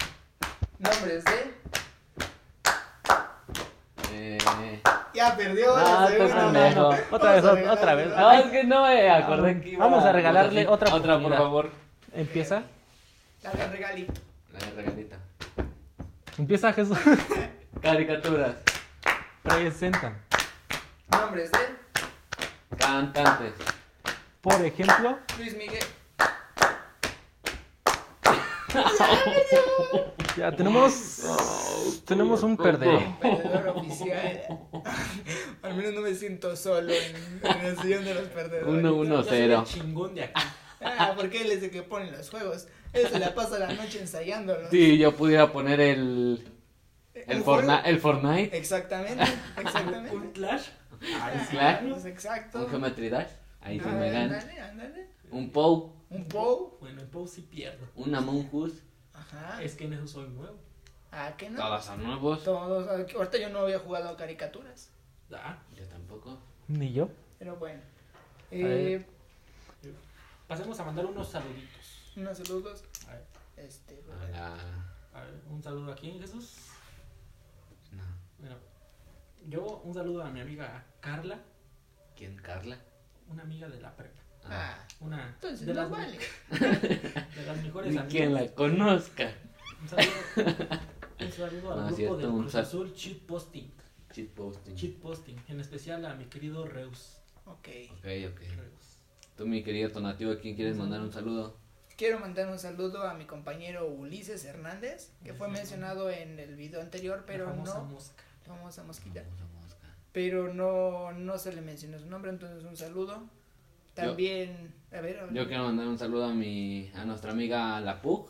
[SPEAKER 1] Nombres de.
[SPEAKER 3] Eh...
[SPEAKER 1] Ya perdió.
[SPEAKER 3] Ah,
[SPEAKER 1] desde
[SPEAKER 3] tú
[SPEAKER 1] una
[SPEAKER 3] pendejo.
[SPEAKER 1] mano.
[SPEAKER 2] Otra vez,
[SPEAKER 1] Vamos a ver,
[SPEAKER 2] otra
[SPEAKER 1] dale,
[SPEAKER 2] vez.
[SPEAKER 1] dale.
[SPEAKER 3] No, es que no me acordé que iba
[SPEAKER 2] Vamos a regalarle
[SPEAKER 3] Ah, Vamos
[SPEAKER 2] otra
[SPEAKER 3] Otra, por
[SPEAKER 2] oportunidad.
[SPEAKER 3] favor.
[SPEAKER 2] Empieza.
[SPEAKER 1] Dale regalito.
[SPEAKER 3] La de regalita.
[SPEAKER 2] Empieza Jesús.
[SPEAKER 3] Caricaturas.
[SPEAKER 2] Presentan.
[SPEAKER 1] Nombres de
[SPEAKER 3] Cantantes.
[SPEAKER 2] Por ejemplo,
[SPEAKER 1] Luis Miguel.
[SPEAKER 2] ya tenemos tenemos un perdedor.
[SPEAKER 1] Perdedor
[SPEAKER 3] Oh.
[SPEAKER 1] oficial. Al menos no me siento solo en, en el sillón de los perdedores.
[SPEAKER 3] Uno, uno,
[SPEAKER 1] Yo soy
[SPEAKER 3] cero.
[SPEAKER 1] el chingón de aquí. Ah, porque él es el que pone los juegos. Él se la pasa la noche ensayándolos.
[SPEAKER 3] Sí, yo pudiera poner el. El,
[SPEAKER 1] ¿Un juego?
[SPEAKER 3] Fortnite, el Fortnite.
[SPEAKER 1] Exactamente, exactamente.
[SPEAKER 4] ¿Un Clash?
[SPEAKER 1] Ah,
[SPEAKER 3] Clash.
[SPEAKER 1] pues exacto.
[SPEAKER 3] Un Geometry Dash. Ahí se
[SPEAKER 1] Ah,
[SPEAKER 3] me gana.
[SPEAKER 1] ándale, ándale.
[SPEAKER 3] Un Pou.
[SPEAKER 1] Un Pou.
[SPEAKER 4] Bueno, en Pou sí pierdo.
[SPEAKER 3] Un Among Us.
[SPEAKER 1] Ajá.
[SPEAKER 4] Es que en eso soy nuevo.
[SPEAKER 1] ¿A qué no?
[SPEAKER 3] Todos son nuevos.
[SPEAKER 1] Todos, ahorita yo no había jugado caricaturas,
[SPEAKER 4] Ah,
[SPEAKER 3] Yo tampoco.
[SPEAKER 2] Ni yo.
[SPEAKER 1] pero bueno.
[SPEAKER 2] ver.
[SPEAKER 1] Eh,
[SPEAKER 4] pasemos a mandar unos saluditos.
[SPEAKER 1] unos saludos.
[SPEAKER 4] A ver.
[SPEAKER 1] Este,
[SPEAKER 4] Ah,
[SPEAKER 3] A la-
[SPEAKER 4] A ver, un saludo aquí en Jesús.
[SPEAKER 3] No.
[SPEAKER 4] Bueno, yo un saludo a mi amiga Carla,
[SPEAKER 3] ¿Quién? ¿Carla?
[SPEAKER 4] una amiga de la prepa.
[SPEAKER 3] Ah.
[SPEAKER 1] ah,
[SPEAKER 4] Una
[SPEAKER 1] entonces
[SPEAKER 4] de,
[SPEAKER 1] no
[SPEAKER 4] las,
[SPEAKER 1] vale.
[SPEAKER 4] de las mejores
[SPEAKER 3] Ni quien
[SPEAKER 4] amigas.
[SPEAKER 3] la conozca.
[SPEAKER 4] Un saludo, un saludo al
[SPEAKER 3] No,
[SPEAKER 4] grupo
[SPEAKER 3] cierto,
[SPEAKER 4] del
[SPEAKER 3] un
[SPEAKER 4] Cruz
[SPEAKER 3] sal-
[SPEAKER 4] Azul Cheat Posting.
[SPEAKER 3] Cheat posting.
[SPEAKER 4] Cheat Posting, en especial a mi querido Reus.
[SPEAKER 1] Ok.
[SPEAKER 3] Ok, ok.
[SPEAKER 4] Reus.
[SPEAKER 3] Tú, mi querido Tonatiuh, ¿a quién quieres mandar un saludo?
[SPEAKER 1] Quiero mandar un saludo a mi compañero Ulises Hernández, que fue mencionado en el video anterior,
[SPEAKER 4] la
[SPEAKER 1] pero
[SPEAKER 4] famosa
[SPEAKER 1] no.
[SPEAKER 4] mosca.
[SPEAKER 1] La famosa mosquita.
[SPEAKER 3] Vamos a mosca.
[SPEAKER 1] Pero no, no se le mencionó su nombre, entonces un saludo. También, a ver, a ver.
[SPEAKER 3] Yo quiero mandar un saludo a mi a nuestra amiga La Pug,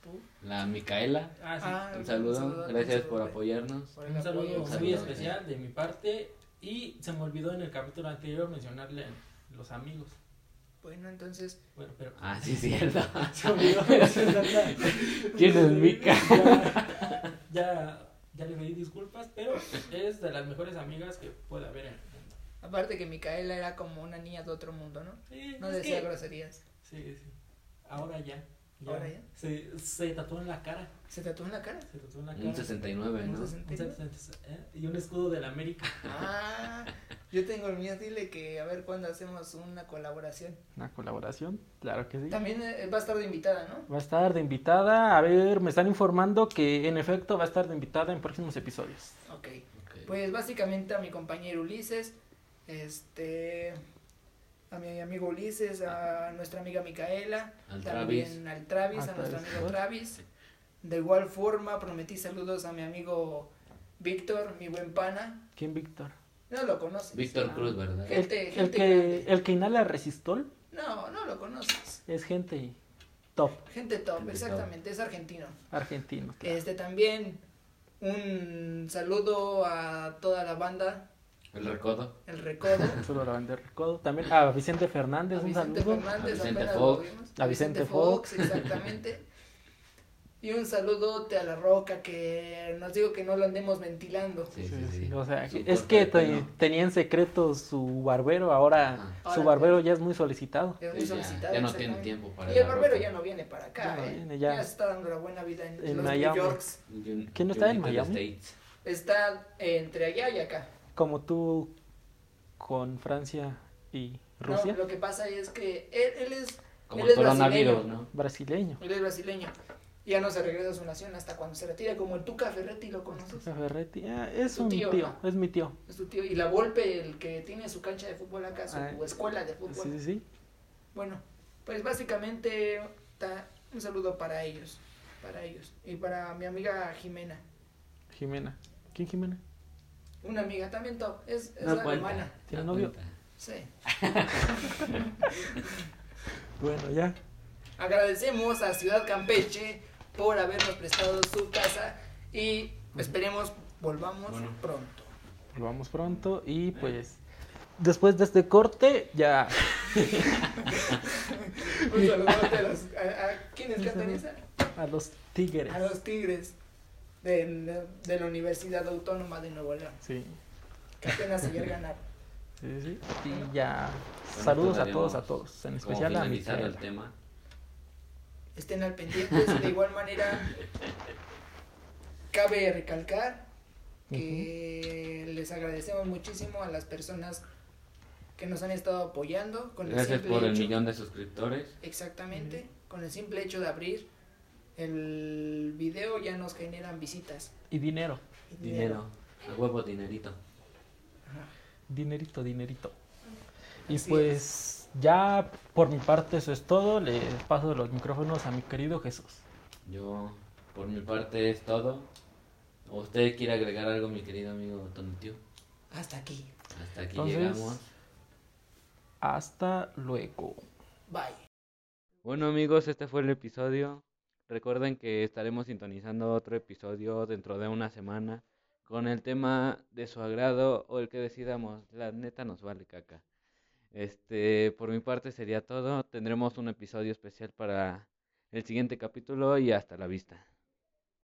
[SPEAKER 1] Pug.
[SPEAKER 3] la Micaela.
[SPEAKER 4] Ah, sí.
[SPEAKER 1] Ah,
[SPEAKER 3] Un saludo,
[SPEAKER 1] un saludo,
[SPEAKER 3] gracias
[SPEAKER 1] un
[SPEAKER 3] por
[SPEAKER 1] saludo.
[SPEAKER 3] apoyarnos.
[SPEAKER 1] Por el
[SPEAKER 4] Un
[SPEAKER 1] apoyo.
[SPEAKER 4] saludo
[SPEAKER 3] saludo,
[SPEAKER 4] muy
[SPEAKER 3] eh.
[SPEAKER 4] especial de mi parte
[SPEAKER 5] Y se me olvidó en el capítulo anterior mencionarle los amigos.
[SPEAKER 1] Bueno, entonces.
[SPEAKER 5] Bueno, pero.
[SPEAKER 3] Ah, sí, es cierto.
[SPEAKER 5] Se me olvidó mencionarla.
[SPEAKER 2] ¿Quién es Mika?
[SPEAKER 5] Ya, ya, ya le pedí disculpas, pero es de las mejores amigas que puede haber en el mundo.
[SPEAKER 1] Aparte que Micaela era como una niña de otro mundo, ¿no?
[SPEAKER 5] Sí,
[SPEAKER 1] No
[SPEAKER 5] es
[SPEAKER 1] decía
[SPEAKER 5] que-
[SPEAKER 1] groserías.
[SPEAKER 5] Sí, sí. Ahora ya.
[SPEAKER 1] ¿Ahora ya?
[SPEAKER 5] Se, se tatuó en la cara.
[SPEAKER 1] ¿Se tatuó en la cara?
[SPEAKER 5] Se tatuó en la cara.
[SPEAKER 3] Un 69,
[SPEAKER 1] Un
[SPEAKER 3] ¿no?
[SPEAKER 1] 60.
[SPEAKER 5] Un 60, ¿eh? Y un escudo de la América.
[SPEAKER 1] Ah, yo tengo el mío. Dile que a ver cuándo hacemos una colaboración.
[SPEAKER 2] Una colaboración, claro que sí.
[SPEAKER 1] También eh, va a estar de invitada, ¿no?
[SPEAKER 2] Va a estar de invitada. A ver, me están informando que en efecto va a estar de invitada en próximos episodios.
[SPEAKER 1] Ok.
[SPEAKER 3] Ok.
[SPEAKER 1] Pues básicamente a mi compañero Ulises, este, a mi amigo Ulises, a nuestra amiga Micaela,
[SPEAKER 3] Al
[SPEAKER 1] también al Travis,
[SPEAKER 2] Ah,
[SPEAKER 1] a nuestro
[SPEAKER 2] Travis
[SPEAKER 1] amigo
[SPEAKER 2] Scott.
[SPEAKER 1] Travis. De igual forma prometí saludos a mi amigo Víctor, mi buen pana.
[SPEAKER 2] ¿Quién, Víctor?
[SPEAKER 1] No lo conoces.
[SPEAKER 3] Víctor Cruz, ¿verdad?
[SPEAKER 1] ¿Qué?
[SPEAKER 2] El,
[SPEAKER 1] Gente-
[SPEAKER 2] el
[SPEAKER 1] gente
[SPEAKER 2] que,
[SPEAKER 1] grande.
[SPEAKER 2] el que inhala resistol
[SPEAKER 1] No, no lo conoces.
[SPEAKER 2] es gente top
[SPEAKER 1] Gente top,
[SPEAKER 3] Gente
[SPEAKER 1] exactamente, es argentino.
[SPEAKER 2] argentino. claro.
[SPEAKER 1] Este también un saludo a toda la banda,
[SPEAKER 3] El recodo.
[SPEAKER 1] el recodo.
[SPEAKER 2] Solo la banda de recodo. También a Vicente Fernández,
[SPEAKER 1] A
[SPEAKER 2] un
[SPEAKER 1] Vicente
[SPEAKER 2] saludo.
[SPEAKER 1] Fernández,
[SPEAKER 3] A Vicente
[SPEAKER 1] apenas lo
[SPEAKER 3] Fox.
[SPEAKER 1] vimos.
[SPEAKER 2] A Vicente
[SPEAKER 1] exactamente. Y un saludote a la roca que nos digo que no lo andemos ventilando.
[SPEAKER 2] Sí,
[SPEAKER 3] Sí, sí, sí.
[SPEAKER 2] sí, O sea,
[SPEAKER 3] Su
[SPEAKER 2] es que
[SPEAKER 3] corte,
[SPEAKER 2] te-
[SPEAKER 3] ¿no?
[SPEAKER 2] tenía en secreto su barbero, ahora
[SPEAKER 3] Ajá.
[SPEAKER 2] su
[SPEAKER 1] Ahora-
[SPEAKER 2] barbero ya es muy solicitado.
[SPEAKER 1] Es muy
[SPEAKER 3] Sí, ya,
[SPEAKER 1] solicitado,
[SPEAKER 3] ya no tiene
[SPEAKER 1] exactamente.
[SPEAKER 3] tiempo para
[SPEAKER 1] Y el
[SPEAKER 3] la
[SPEAKER 1] barbero
[SPEAKER 3] ropa.
[SPEAKER 1] ya no viene para acá,
[SPEAKER 2] Ya no
[SPEAKER 1] ¿eh?
[SPEAKER 2] viene, ya.
[SPEAKER 1] ya. está dando la buena vida en,
[SPEAKER 2] En
[SPEAKER 1] los
[SPEAKER 2] Miami.
[SPEAKER 1] New Yorks.
[SPEAKER 3] Yo-
[SPEAKER 2] ¿Quién no
[SPEAKER 3] yo
[SPEAKER 2] está en
[SPEAKER 3] ubico el
[SPEAKER 2] Miami?
[SPEAKER 3] States.
[SPEAKER 1] Está entre allá y acá.
[SPEAKER 2] Como tú con Francia y Rusia,
[SPEAKER 1] No, lo que pasa es que él, él es
[SPEAKER 3] Como
[SPEAKER 1] Él es
[SPEAKER 3] coronavirus,
[SPEAKER 1] brasileño.
[SPEAKER 3] ¿no?
[SPEAKER 2] brasileño.
[SPEAKER 1] él es brasileño. Y Ya no se regresa a su nación hasta cuando se retira, como el Tuca Ferretti lo conoces.
[SPEAKER 2] Ferretti, ah, es
[SPEAKER 1] Tu
[SPEAKER 2] un
[SPEAKER 1] tío,
[SPEAKER 2] tío,
[SPEAKER 1] ¿no?
[SPEAKER 2] es mi tío.
[SPEAKER 1] Es tu tío. Y la Volpe, el que tiene su cancha de fútbol acá, su
[SPEAKER 2] Ah,
[SPEAKER 1] escuela de fútbol.
[SPEAKER 2] Sí, sí, sí.
[SPEAKER 1] Bueno, pues básicamente ta- un saludo para ellos, para ellos y para mi amiga Jimena,
[SPEAKER 2] Jimena. ¿Quién Jimena?
[SPEAKER 1] una amiga también top, es, es
[SPEAKER 3] No
[SPEAKER 1] la
[SPEAKER 3] cuenta.
[SPEAKER 1] hermana,
[SPEAKER 2] ¿Tiene
[SPEAKER 3] No
[SPEAKER 2] novio?
[SPEAKER 3] cuenta.
[SPEAKER 1] sí.
[SPEAKER 2] Bueno, ya.
[SPEAKER 1] Agradecemos a Ciudad Campeche por habernos prestado su casa y esperemos volvamos
[SPEAKER 3] Bueno.
[SPEAKER 1] pronto.
[SPEAKER 2] Volvamos pronto y pues después de este corte ya
[SPEAKER 1] Un saludo a, los- a- a- ¿quiénes
[SPEAKER 2] Un
[SPEAKER 1] cantan
[SPEAKER 2] saludo.
[SPEAKER 1] esa?
[SPEAKER 2] a los tigres.
[SPEAKER 1] A los Tigres de, de la Universidad Autónoma de Nuevo León,
[SPEAKER 2] Sí,
[SPEAKER 1] que apenas ayer ganaron.
[SPEAKER 2] sí, sí. Y ya
[SPEAKER 3] Bueno,
[SPEAKER 2] saludos a
[SPEAKER 3] podríamos
[SPEAKER 2] todos, a todos, en
[SPEAKER 3] como
[SPEAKER 2] especial a
[SPEAKER 3] finalizar
[SPEAKER 2] Micaela.
[SPEAKER 3] el tema.
[SPEAKER 1] estén al pendiente. De igual manera, cabe recalcar que les agradecemos muchísimo a las personas que nos han estado apoyando con
[SPEAKER 3] Gracias
[SPEAKER 1] el simple
[SPEAKER 3] por el
[SPEAKER 1] hecho,
[SPEAKER 3] millón de suscriptores.
[SPEAKER 1] exactamente, con el simple hecho de abrir el video ya nos generan visitas.
[SPEAKER 2] Y dinero,
[SPEAKER 1] y
[SPEAKER 3] Dinero. A huevo, dinerito.
[SPEAKER 2] dinerito, dinerito. Y
[SPEAKER 1] Así
[SPEAKER 2] pues ya por mi parte eso es todo. Les paso los micrófonos a mi querido Jesús.
[SPEAKER 3] Yo, por mi parte, es todo. ¿O ¿Usted quiere agregar algo, mi querido amigo Tonitio?
[SPEAKER 1] Hasta aquí.
[SPEAKER 3] Hasta aquí
[SPEAKER 2] Entonces-
[SPEAKER 3] llegamos.
[SPEAKER 2] Hasta luego.
[SPEAKER 1] Bye.
[SPEAKER 3] Bueno amigos, este fue el episodio. Recuerden que estaremos sintonizando otro episodio dentro de una semana con el tema de su agrado o el que decidamos. La neta nos vale caca. Este, por mi parte sería todo. Tendremos un episodio especial para el siguiente capítulo y hasta la vista.